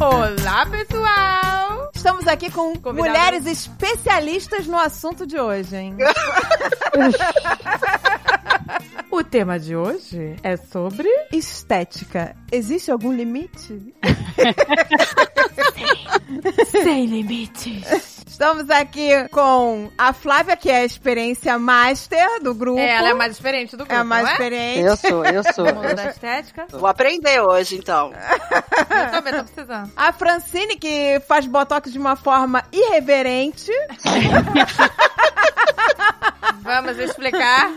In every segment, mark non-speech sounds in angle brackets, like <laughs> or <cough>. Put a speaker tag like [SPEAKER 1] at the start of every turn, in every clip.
[SPEAKER 1] Olá, pessoal!
[SPEAKER 2] Estamos aqui com
[SPEAKER 1] Convidada.
[SPEAKER 2] mulheres especialistas no assunto de hoje, hein?
[SPEAKER 1] O tema de hoje é sobre.
[SPEAKER 2] Estética. Existe algum limite?
[SPEAKER 3] Sem limites.
[SPEAKER 2] Estamos aqui com a Flávia, que é a experiência master do grupo.
[SPEAKER 1] <laughs> É, ela é a mais diferente do grupo.
[SPEAKER 2] É a mais
[SPEAKER 1] não
[SPEAKER 2] experiente.
[SPEAKER 4] Eu sou, eu sou.
[SPEAKER 1] No mundo da estética.
[SPEAKER 4] Vou aprender hoje, então.
[SPEAKER 1] Eu também tô precisando.
[SPEAKER 2] A Francine, que faz botox de uma forma irreverente.
[SPEAKER 1] Vamos explicar.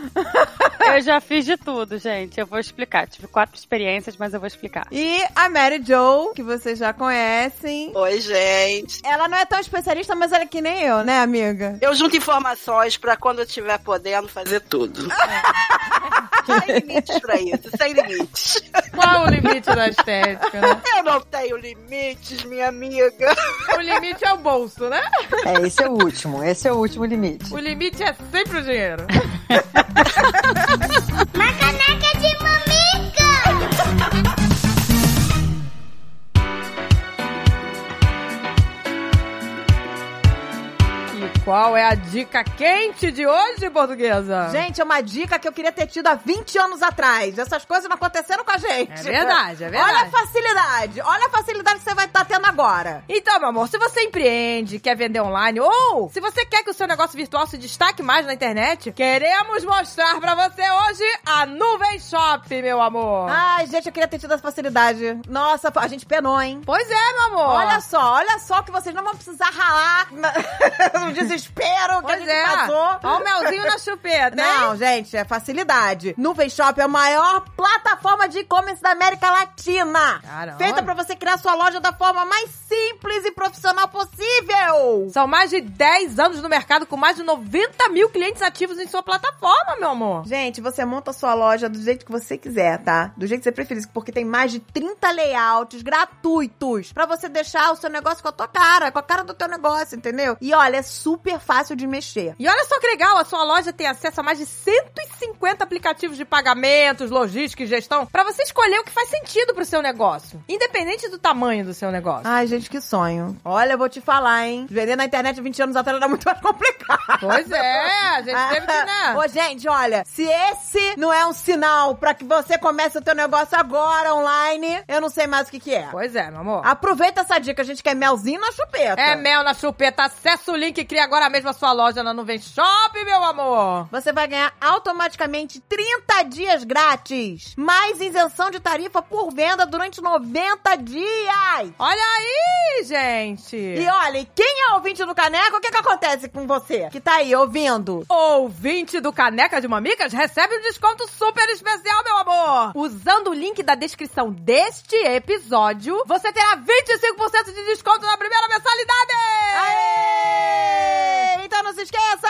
[SPEAKER 3] Eu já fiz de tudo, gente. Eu vou explicar. Tive quatro experiências, mas eu
[SPEAKER 2] <laughs>
[SPEAKER 3] vou explicar.
[SPEAKER 2] E a Mary Jo, que vocês já conhecem.
[SPEAKER 4] Oi, gente.
[SPEAKER 2] Ela não é tão especialista, mas ela é que nem eu, né, amiga?
[SPEAKER 4] Eu junto informações pra quando eu estiver podendo fazer tudo. <laughs> Sem limites pra isso, sem limites.
[SPEAKER 1] Qual o limite da estética, né?
[SPEAKER 4] Eu não tenho limites, minha amiga.
[SPEAKER 1] O limite é o bolso, né?
[SPEAKER 5] É, esse é o último, esse é o último limite.
[SPEAKER 1] O limite é sempre o dinheiro. E Qual é a dica quente de hoje, portuguesa?
[SPEAKER 2] Gente, é uma dica que eu queria ter tido há 20 anos atrás. Essas coisas não aconteceram com a gente.
[SPEAKER 1] É verdade, é
[SPEAKER 2] Olha a
[SPEAKER 1] verdade.
[SPEAKER 2] facilidade. Olha a facilidade que você vai estar tendo agora.
[SPEAKER 1] Então, meu amor, se você empreende, quer vender online ou se você quer que o seu negócio virtual se destaque mais na internet, queremos mostrar pra você hoje a Nuvem Shop, meu amor.
[SPEAKER 2] Ai, gente, eu queria ter tido essa facilidade. Nossa, a gente penou, hein?
[SPEAKER 1] Pois é, meu amor.
[SPEAKER 2] Olha só, olha só que vocês não vão precisar ralar na- <laughs> no desespero que a
[SPEAKER 1] pois
[SPEAKER 2] gente
[SPEAKER 1] é.
[SPEAKER 2] passou.
[SPEAKER 1] Olha o melzinho na chupeta,
[SPEAKER 2] Não,
[SPEAKER 1] hein?
[SPEAKER 2] gente, é facilidade. Nuvem Shop é a maior plataforma de e-commerce da América Latina.
[SPEAKER 1] Caramba.
[SPEAKER 2] Feita pra você criar sua loja da forma mais simples e profissional possível.
[SPEAKER 1] São mais de 10 anos no mercado com mais de 90 mil clientes ativos em sua plataforma, meu amor.
[SPEAKER 2] Gente, você monta sua loja do jeito que você quiser, tá? Do jeito que você preferir, porque tem mais de 30 layouts gratuitos pra você deixar o seu negócio com a tua cara, com a cara do teu negócio, entendeu? E olha, é super fácil de mexer.
[SPEAKER 1] E olha só que legal, a sua loja tem acesso a mais de 150 aplicativos de pagamentos, logística e gestão pra você escolher o que faz sentido pro seu negócio, independente do tamanho do seu negócio.
[SPEAKER 2] <laughs> Ai, gente, que sonho. Olha, eu vou te falar, hein? Vender na internet 20 anos atrás era muito mais <laughs> complicado.
[SPEAKER 1] Pois é, a gente
[SPEAKER 2] <laughs>
[SPEAKER 1] teve que, né?
[SPEAKER 2] Ô, gente, olha, se esse não é um sinal pra que você comece o teu negócio agora online, eu não sei mais o que que é.
[SPEAKER 1] Pois é, meu amor.
[SPEAKER 2] Aproveita essa dica, a gente quer melzinho na chupeta.
[SPEAKER 1] É mel na chupeta, acessa o link e cria agora mesmo a sua loja na Nuvem Shop, meu amor.
[SPEAKER 2] Você vai ganhar automaticamente 30 dias grátis, mais isenção de tarifa por venda durante 90 dias.
[SPEAKER 1] Olha aí, gente.
[SPEAKER 2] E olha, e quem é ouvinte do Caneco, o que que acontece com você que tá aí ouvindo?
[SPEAKER 1] Ouvinte do Caneca de Mamicas recebe um desconto super especial, meu amor! Usando o link da descrição deste episódio, você terá 25% de desconto na primeira mensalidade!
[SPEAKER 2] Aê! Então não se esqueça!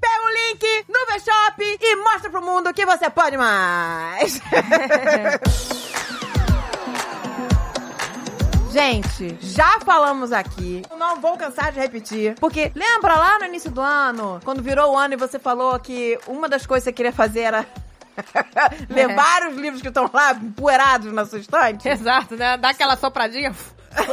[SPEAKER 2] Pega o link no V-Shop e mostra pro mundo que você pode mais! <laughs> Gente, já falamos aqui, não vou cansar de repetir, porque lembra lá no início do ano, quando virou o ano e você falou que uma das coisas que você queria fazer era <laughs> É. levar os livros que estão lá empoeirados na sua estante?
[SPEAKER 1] Exato, né? Dá aquela sopradinha.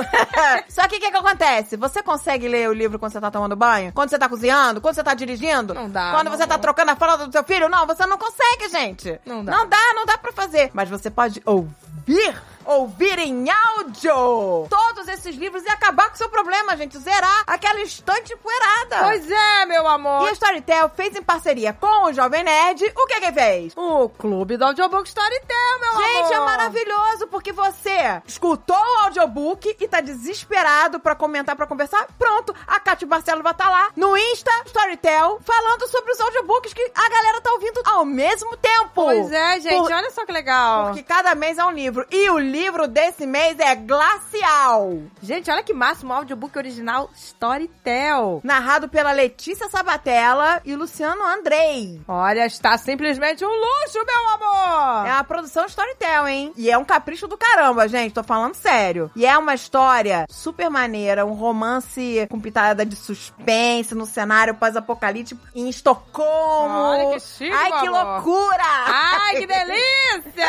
[SPEAKER 2] <laughs> Só que o que, que acontece? Você consegue ler o livro quando você tá tomando banho? Quando você tá cozinhando? Quando você tá dirigindo?
[SPEAKER 1] Não dá,
[SPEAKER 2] Quando
[SPEAKER 1] não.
[SPEAKER 2] você tá trocando a fralda do seu filho? Não, você não consegue, gente.
[SPEAKER 1] Não dá.
[SPEAKER 2] Não dá, não dá pra fazer. Mas você pode ouvir. Ouvir em áudio todos esses livros e acabar com o seu problema, gente. Zerar aquela estante poeirada.
[SPEAKER 1] Pois é, meu
[SPEAKER 2] E a
[SPEAKER 1] amor!
[SPEAKER 2] Storytel fez em parceria com o Jovem Nerd. O que que fez?
[SPEAKER 1] O Clube do Audiobook Storytel, meu amor!
[SPEAKER 2] Gente, é maravilhoso porque você escutou o audiobook e tá desesperado pra comentar, pra conversar. Pronto, a Cátia Barcelo vai estar tá lá no Insta Storytel falando sobre os audiobooks que a galera tá ouvindo ao mesmo tempo.
[SPEAKER 1] Pois é, gente,
[SPEAKER 2] Por-
[SPEAKER 1] olha só que legal!
[SPEAKER 2] Porque cada mês é um livro. E o livro desse mês é Glacial.
[SPEAKER 1] Gente, olha que máximo um audiobook original Storytel!
[SPEAKER 2] Narrado pela Letícia Sabatella e Luciano Andrei.
[SPEAKER 1] Olha, está simplesmente um luxo, meu amor!
[SPEAKER 2] É uma produção Storytel, hein? E é um capricho do caramba, gente. Tô falando sério. E é uma história super maneira, um romance com pitada de suspense no cenário pós-apocalíptico em Estocolmo.
[SPEAKER 1] Olha que chique,
[SPEAKER 2] um Ai, que
[SPEAKER 1] amor.
[SPEAKER 2] loucura!
[SPEAKER 1] Ai, que delícia!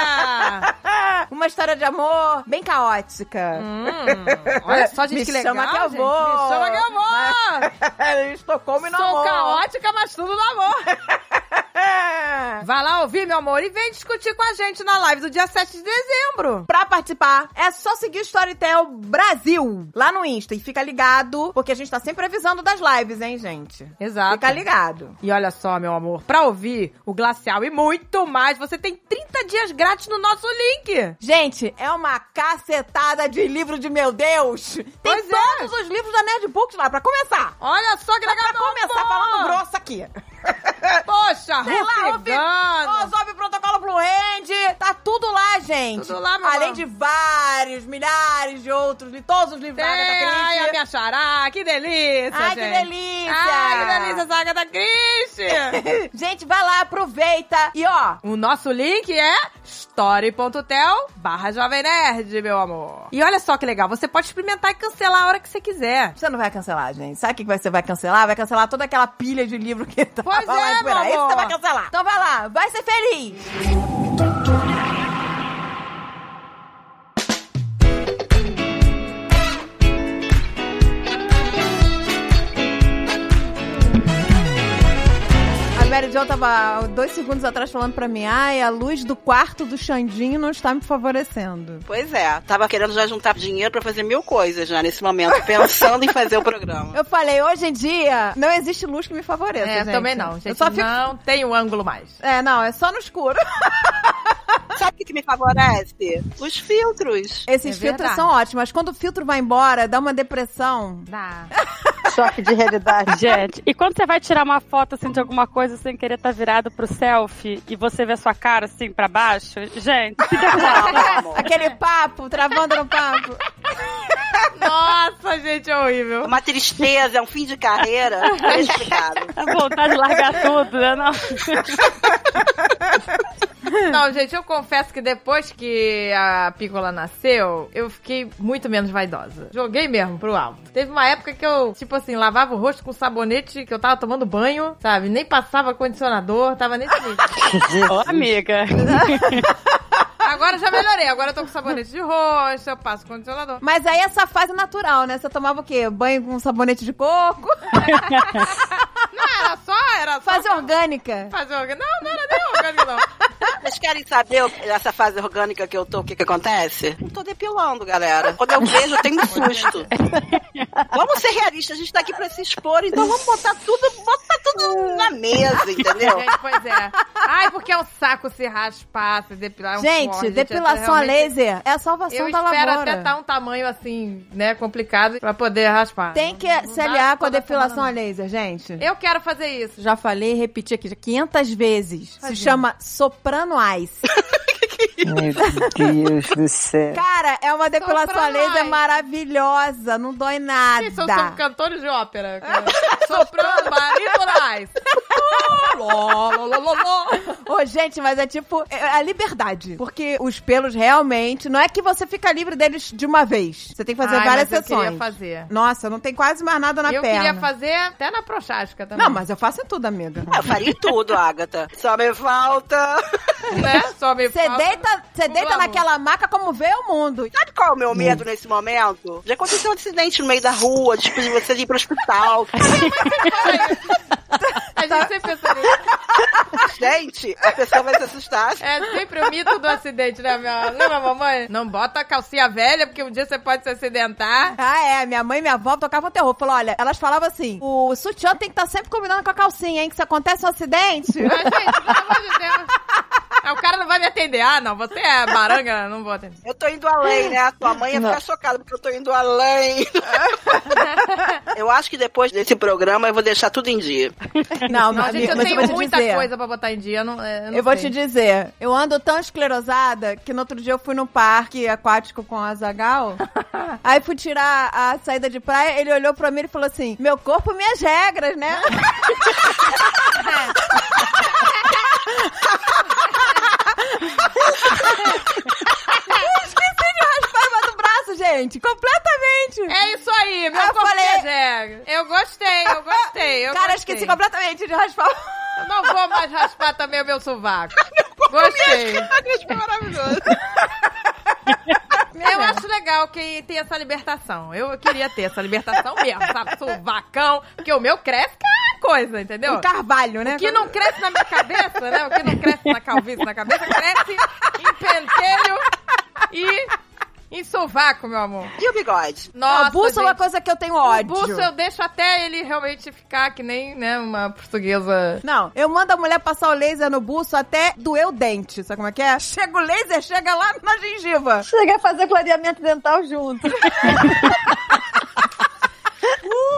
[SPEAKER 1] Ah.
[SPEAKER 2] Uma história de amor, bem caótica.
[SPEAKER 1] Hum.
[SPEAKER 2] <laughs>
[SPEAKER 1] Olha só, gente,
[SPEAKER 2] Me
[SPEAKER 1] que legal.
[SPEAKER 2] chama que eu
[SPEAKER 1] gente.
[SPEAKER 2] vou.
[SPEAKER 1] Me chama que eu vou.
[SPEAKER 2] É, Estocolmo e no
[SPEAKER 1] Sou
[SPEAKER 2] amor.
[SPEAKER 1] caótica, mas tudo no amor.
[SPEAKER 2] É.
[SPEAKER 1] Vai lá ouvir, meu amor, e vem discutir com a gente na live do dia 7 de dezembro.
[SPEAKER 2] Pra participar, é só seguir o Storytel Brasil lá no Insta. E fica ligado, porque a gente tá sempre avisando das lives, hein, gente?
[SPEAKER 1] Exato.
[SPEAKER 2] Fica ligado.
[SPEAKER 1] E olha só, meu amor, pra ouvir o Glacial e muito mais, você tem 30 dias grátis no nosso link.
[SPEAKER 2] Gente, é uma cacetada de livro de meu Deus! Tem
[SPEAKER 1] Pois é.
[SPEAKER 2] todos os livros da Nerd Books lá, pra começar!
[SPEAKER 1] Olha só,
[SPEAKER 2] Pra,
[SPEAKER 1] Gregar, meu
[SPEAKER 2] começar
[SPEAKER 1] amor.
[SPEAKER 2] falando grosso aqui.
[SPEAKER 1] Poxa,
[SPEAKER 2] Sei lá, Rufi,
[SPEAKER 1] Rufigano.
[SPEAKER 2] Sobe Protocolo Blue Hand, tá tudo lá, gente.
[SPEAKER 1] Tudo lá, meu
[SPEAKER 2] Além
[SPEAKER 1] amor.
[SPEAKER 2] de vários, milhares de outros, de todos os livros
[SPEAKER 1] Tem,
[SPEAKER 2] da Agatha
[SPEAKER 1] ai,
[SPEAKER 2] Christie.
[SPEAKER 1] a minha xará, que delícia,
[SPEAKER 2] Ai, que
[SPEAKER 1] gente.
[SPEAKER 2] delícia.
[SPEAKER 1] Ai, que delícia essa Agatha Christie.
[SPEAKER 2] Gente, vai lá, aproveita. E ó,
[SPEAKER 1] <laughs> o nosso link é story.tel barra Jovem Nerd, meu amor. E olha só que legal, você pode experimentar e cancelar a hora que você quiser.
[SPEAKER 2] você não vai cancelar, gente. Sabe o que que você vai cancelar? Vai cancelar toda aquela pilha de livro que tá
[SPEAKER 1] Pois
[SPEAKER 2] lá
[SPEAKER 1] é,
[SPEAKER 2] em Poeira.
[SPEAKER 1] meu
[SPEAKER 2] Isso você
[SPEAKER 1] amor.
[SPEAKER 2] vai cancelar. Então vai lá, vai ser feliz. A Mary Jo tava dois segundos atrás falando pra mim, ai, a luz do quarto do Xandinho não está me favorecendo.
[SPEAKER 4] Pois é, tava querendo já juntar dinheiro pra fazer mil coisas já nesse momento, pensando em fazer o programa.
[SPEAKER 2] Eu falei, hoje em dia não existe luz que me favoreça. É, gente. Eu só fico.
[SPEAKER 1] É, não tenho ângulo mais.
[SPEAKER 2] É, não, é só no escuro.
[SPEAKER 4] Sabe o que que me favorece? Os filtros.
[SPEAKER 2] <laughs> Esses filtros
[SPEAKER 1] É verdade.
[SPEAKER 2] são ótimos, mas quando o filtro vai embora, dá uma depressão.
[SPEAKER 1] Dá.
[SPEAKER 5] Choque de realidade.
[SPEAKER 3] Gente, e quando você vai tirar uma foto assim de alguma coisa sem querer tá virado pro selfie e você vê a sua cara assim pra baixo, gente, <laughs> que depressão.
[SPEAKER 1] É.
[SPEAKER 2] <laughs> Aquele papo, travando no papo.
[SPEAKER 1] <laughs> Nossa, gente, é <laughs> horrível.
[SPEAKER 4] Uma tristeza, é um fim de carreira. Bem explicado.
[SPEAKER 3] Dá vontade de largar tudo, né? Não.
[SPEAKER 1] Não, gente, eu confesso que depois que a Piccola nasceu, eu fiquei muito menos vaidosa. Joguei mesmo pro alto. Teve uma época que eu, tipo assim, lavava o rosto com sabonete que eu tava tomando banho, sabe? Nem passava condicionador, tava nesse <laughs> nível.
[SPEAKER 3] Ô, amiga.
[SPEAKER 1] Agora já melhorei, agora eu tô com sabonete de rosto, eu passo condicionador.
[SPEAKER 2] Mas aí essa fase é natural, né? Você tomava o quê? Banho com sabonete de coco?
[SPEAKER 1] Não, era só, era só <laughs>
[SPEAKER 2] Fase orgânica.
[SPEAKER 1] fazer orgânico. Não, não era nem um orgânico, não.
[SPEAKER 4] Vocês querem saber o- essa fase orgânica que eu tô, o que que acontece? Não tô depilando, galera. Quando eu vejo, eu tenho um susto. Vamos ser realistas, a gente tá aqui pra se expor, então vamos botar tudo, botar tudo na mesa, entendeu?
[SPEAKER 1] Gente, pois é. Ai, porque é um saco se raspar, se depilar. é um
[SPEAKER 2] gente,
[SPEAKER 1] suor,
[SPEAKER 2] depilação a
[SPEAKER 1] eu realmente-
[SPEAKER 2] laser é a salvação
[SPEAKER 1] Eu
[SPEAKER 2] da
[SPEAKER 1] espero
[SPEAKER 2] lavoura.
[SPEAKER 1] até estar um tamanho assim, né, complicado pra poder raspar.
[SPEAKER 2] Tem que
[SPEAKER 1] Não
[SPEAKER 2] se
[SPEAKER 1] dá
[SPEAKER 2] aliar com a
[SPEAKER 1] toda
[SPEAKER 2] depilação a
[SPEAKER 1] semana,
[SPEAKER 2] laser, gente.
[SPEAKER 1] não. Eu quero fazer isso.
[SPEAKER 2] Já falei e repeti aqui já 500 vezes. Se
[SPEAKER 1] Tadinha.
[SPEAKER 2] chama Soprano Ice.
[SPEAKER 5] Meu Deus do céu.
[SPEAKER 2] Cara, é uma depilação a
[SPEAKER 1] Soprano
[SPEAKER 2] laser
[SPEAKER 1] Ice.
[SPEAKER 2] maravilhosa, não dói nada.
[SPEAKER 1] Isso, eu sou cantor de ópera. Soprando, <laughs> maritonais. Ló, ló, ló, ló, ló.
[SPEAKER 2] Ô, gente, mas é tipo, é a liberdade. Porque os pelos realmente, não é que você fica livre deles de uma vez. Você tem que fazer
[SPEAKER 1] Ai,
[SPEAKER 2] várias
[SPEAKER 1] mas Eu
[SPEAKER 2] sessões.
[SPEAKER 1] queria fazer.
[SPEAKER 2] Nossa, não tem quase mais nada na
[SPEAKER 1] eu
[SPEAKER 2] perna.
[SPEAKER 1] queria fazer até na prochasca também.
[SPEAKER 2] Não, mas eu faço em tudo, amiga.
[SPEAKER 4] Ah, Eu faria tudo, Agatha. Só me falta.
[SPEAKER 2] <laughs>
[SPEAKER 1] Né? Só me
[SPEAKER 2] Você
[SPEAKER 1] falta-
[SPEAKER 2] deita, você
[SPEAKER 1] um
[SPEAKER 2] deita
[SPEAKER 1] glamour.
[SPEAKER 2] naquela maca como vê o mundo. <laughs>
[SPEAKER 4] Sabe qual é o meu medo nesse momento? De acontecer um acidente no meio da rua, tipo, de você ir pro hospital.
[SPEAKER 1] A gente sempre pensa nisso.
[SPEAKER 4] Gente, a pessoa vai se assustar.
[SPEAKER 1] É sempre o mito do acidente, né, minha? Lembra, mamãe? Não bota a calcinha velha, porque um dia você pode se acidentar.
[SPEAKER 2] Ah, é. Minha mãe e minha avó tocavam terror. Falou, olha, elas falavam assim, o sutiã tem que estar sempre combinando com a calcinha, hein? Que se acontece um
[SPEAKER 1] <laughs>
[SPEAKER 2] acidente...
[SPEAKER 1] Mas, gente, pelo amor de Deus. Ah, O cara não vai me atender. Ah, não, você é baranga, não vou atender.
[SPEAKER 4] Eu tô indo além, né? A tua mãe ia
[SPEAKER 5] Não.
[SPEAKER 4] ficar chocada porque eu tô indo além. eu acho que depois desse programa eu vou deixar tudo em dia.
[SPEAKER 2] Não,
[SPEAKER 1] Não,
[SPEAKER 2] não,
[SPEAKER 1] gente,
[SPEAKER 2] amiga,
[SPEAKER 1] eu
[SPEAKER 2] mas eu vou
[SPEAKER 1] tenho
[SPEAKER 2] te
[SPEAKER 1] muita
[SPEAKER 2] dizer.
[SPEAKER 1] coisa pra botar em dia. Eu, não, é, eu, não
[SPEAKER 2] Eu vou te
[SPEAKER 1] sei.
[SPEAKER 2] dizer, eu ando tão esclerosada que no outro dia eu fui num parque aquático com a
[SPEAKER 1] <laughs>
[SPEAKER 2] Zagal. aí fui tirar a saída de praia, ele olhou pra mim e falou assim: Meu corpo, minhas regras, né? Eu Esqueci de raspar mais do braço, gente! Completamente!
[SPEAKER 1] É isso aí, meu
[SPEAKER 2] Eu
[SPEAKER 1] corpo
[SPEAKER 2] falei-
[SPEAKER 1] é cego. Eu gostei, eu gostei. Eu
[SPEAKER 2] Cara, eu
[SPEAKER 1] gostei.
[SPEAKER 2] esqueci completamente de raspar.
[SPEAKER 1] Eu não vou mais raspar
[SPEAKER 2] <laughs>
[SPEAKER 4] <laughs>
[SPEAKER 1] também o meu sovaco. Gostei.
[SPEAKER 4] Maravilhoso.
[SPEAKER 2] Tá
[SPEAKER 1] Eu acho legal quem tem essa libertação. Eu queria ter essa libertação mesmo, sabe? Sou um vacão, porque o meu cresce que é coisa, entendeu?
[SPEAKER 2] Um carvalho, né?
[SPEAKER 1] O que não cresce na minha cabeça, né? O que não cresce na calvície, na cabeça, cresce em pentelho e em sovaco, meu amor.
[SPEAKER 4] E o bigode?
[SPEAKER 1] Nossa,
[SPEAKER 2] a bússola é uma
[SPEAKER 1] gente,
[SPEAKER 2] coisa que eu tenho ódio.
[SPEAKER 1] o bússola eu deixo até ele realmente ficar que nem, né, uma portuguesa.
[SPEAKER 2] Não, eu mando a mulher passar o laser no buço até doer o dente. Sabe como é que é? Chega o laser, chega lá na gengiva.
[SPEAKER 5] Chega a fazer clareamento dental junto.
[SPEAKER 6] <laughs>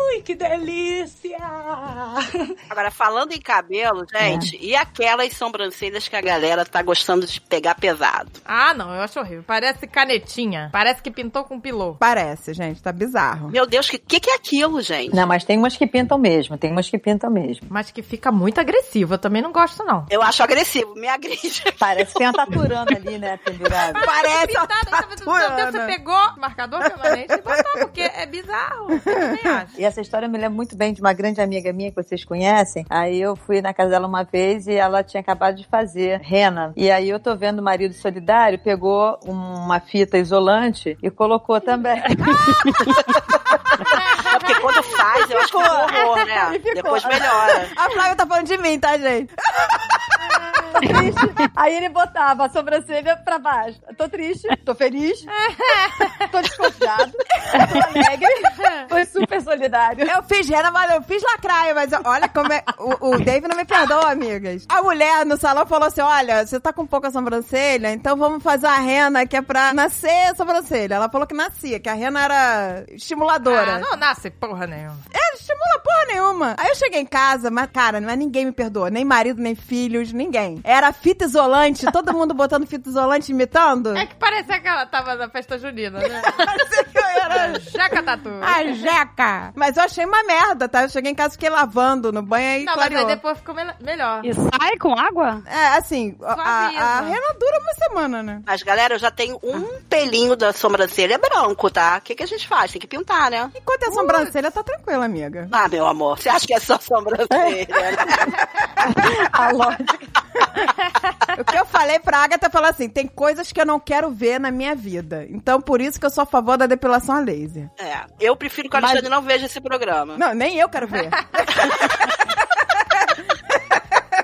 [SPEAKER 6] Ui, que delícia!
[SPEAKER 4] Agora, falando em cabelo, gente, e aquelas sobrancelhas que a galera tá gostando de pegar pesado?
[SPEAKER 1] Ah, não, eu acho horrível. Parece canetinha. Parece que pintou com pilô.
[SPEAKER 2] Parece, gente, tá bizarro.
[SPEAKER 4] Meu Deus, o que, que, que é aquilo, gente?
[SPEAKER 5] Não, mas tem umas que pintam mesmo, tem umas que pintam mesmo.
[SPEAKER 1] Mas que fica muito agressiva. Eu também não gosto, não.
[SPEAKER 4] Eu acho agressivo, me
[SPEAKER 5] <laughs>
[SPEAKER 4] agride.
[SPEAKER 5] Parece que tem uma taturana ali, né, pendurada.
[SPEAKER 6] tá
[SPEAKER 2] Parece
[SPEAKER 1] Pintada,
[SPEAKER 2] uma
[SPEAKER 1] sabe? Meu Deus, você
[SPEAKER 2] tatuana.
[SPEAKER 1] pegou marcador permanente e botou, porque é bizarro. Eu também acho.
[SPEAKER 5] E essa história eu me lembro muito bem de uma grande amiga minha que vocês conhecem. Aí eu fui na casa dela uma vez e ela tinha acabado de fazer rena. E aí eu tô vendo o marido solidário, pegou uma fita isolante e colocou também. <laughs>
[SPEAKER 4] É porque quando faz, eu acho que é um horror, né? Depois melhora.
[SPEAKER 2] A Flávia tá falando de mim, tá, gente?
[SPEAKER 5] Tô triste. Aí ele botava a sobrancelha pra baixo. Tô triste, tô feliz, tô desconfiado, tô alegre. Foi super solidário.
[SPEAKER 2] Eu fiz rena, mas eu fiz lacraia, mas olha como é. O, o Dave não me perdoa, amigas. A mulher no salão falou assim: olha, você tá com pouca sobrancelha, então vamos fazer a rena que é pra nascer a sobrancelha. Ela falou que nascia, que a rena era estimuladora.
[SPEAKER 1] Ah, não nasce porra nenhuma.
[SPEAKER 2] É, não estimula porra nenhuma. Aí eu cheguei em casa, mas, cara, mas ninguém me perdoou. Nem marido, nem filhos, ninguém. Era fita isolante, todo mundo botando fita isolante imitando.
[SPEAKER 1] É que parecia que ela tava na festa junina, né?
[SPEAKER 2] Parecia que eu <laughs> era
[SPEAKER 1] Jaca tatu.
[SPEAKER 2] a jeca. Mas eu achei uma merda, tá? Eu cheguei em casa, fiquei lavando no banho e
[SPEAKER 1] Não, mas
[SPEAKER 2] clareou.
[SPEAKER 1] aí depois ficou mel- melhor.
[SPEAKER 3] E sai com água?
[SPEAKER 2] É, assim, a, a, a rena dura uma semana, né?
[SPEAKER 4] Mas, galera, eu já tenho um pelinho da sobrancelha branco, tá? O que, que a gente faz? Tem que pintar, né?
[SPEAKER 2] Enquanto é sobrancelha, tá tranquila, amiga.
[SPEAKER 4] Ah, meu amor, você acha que é só <laughs> sobrancelha? né?
[SPEAKER 5] A lógica.
[SPEAKER 2] O que eu falei pra Agatha, falou assim, tem coisas que eu não quero ver na minha vida. Então, por isso que eu sou a favor da depilação a laser.
[SPEAKER 4] é. Eu prefiro que o Alexandre não veja esse programa.
[SPEAKER 2] Não, nem eu quero ver.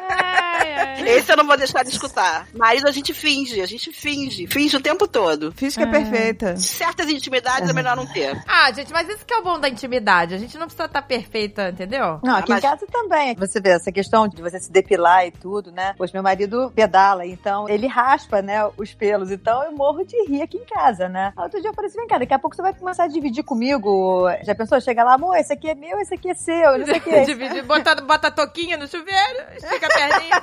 [SPEAKER 1] Ai, ai.
[SPEAKER 4] Esse eu não vou deixar de escutar. Marido, a gente finge, a gente finge. Finge o tempo todo.
[SPEAKER 2] Física é perfeita.
[SPEAKER 4] Certas intimidades é melhor não ter.
[SPEAKER 1] Ah, gente, mas isso que é o bom da intimidade. A gente não precisa estar perfeita, entendeu?
[SPEAKER 5] Não, aqui
[SPEAKER 4] mas-
[SPEAKER 5] em casa também. Você vê essa questão de você se depilar e tudo, né? Pois meu marido pedala, então ele raspa, né, os pelos. Então eu morro de rir aqui em casa, né? Aí Outro dia eu falei assim, vem cá, daqui a pouco você vai começar a dividir comigo. Já pensou? Chega lá, amor, esse aqui é meu, esse aqui é seu, não sei o
[SPEAKER 1] <laughs>
[SPEAKER 5] quê.
[SPEAKER 1] Dividir, bota, bota a toquinha no chuveiro, estica a perninha.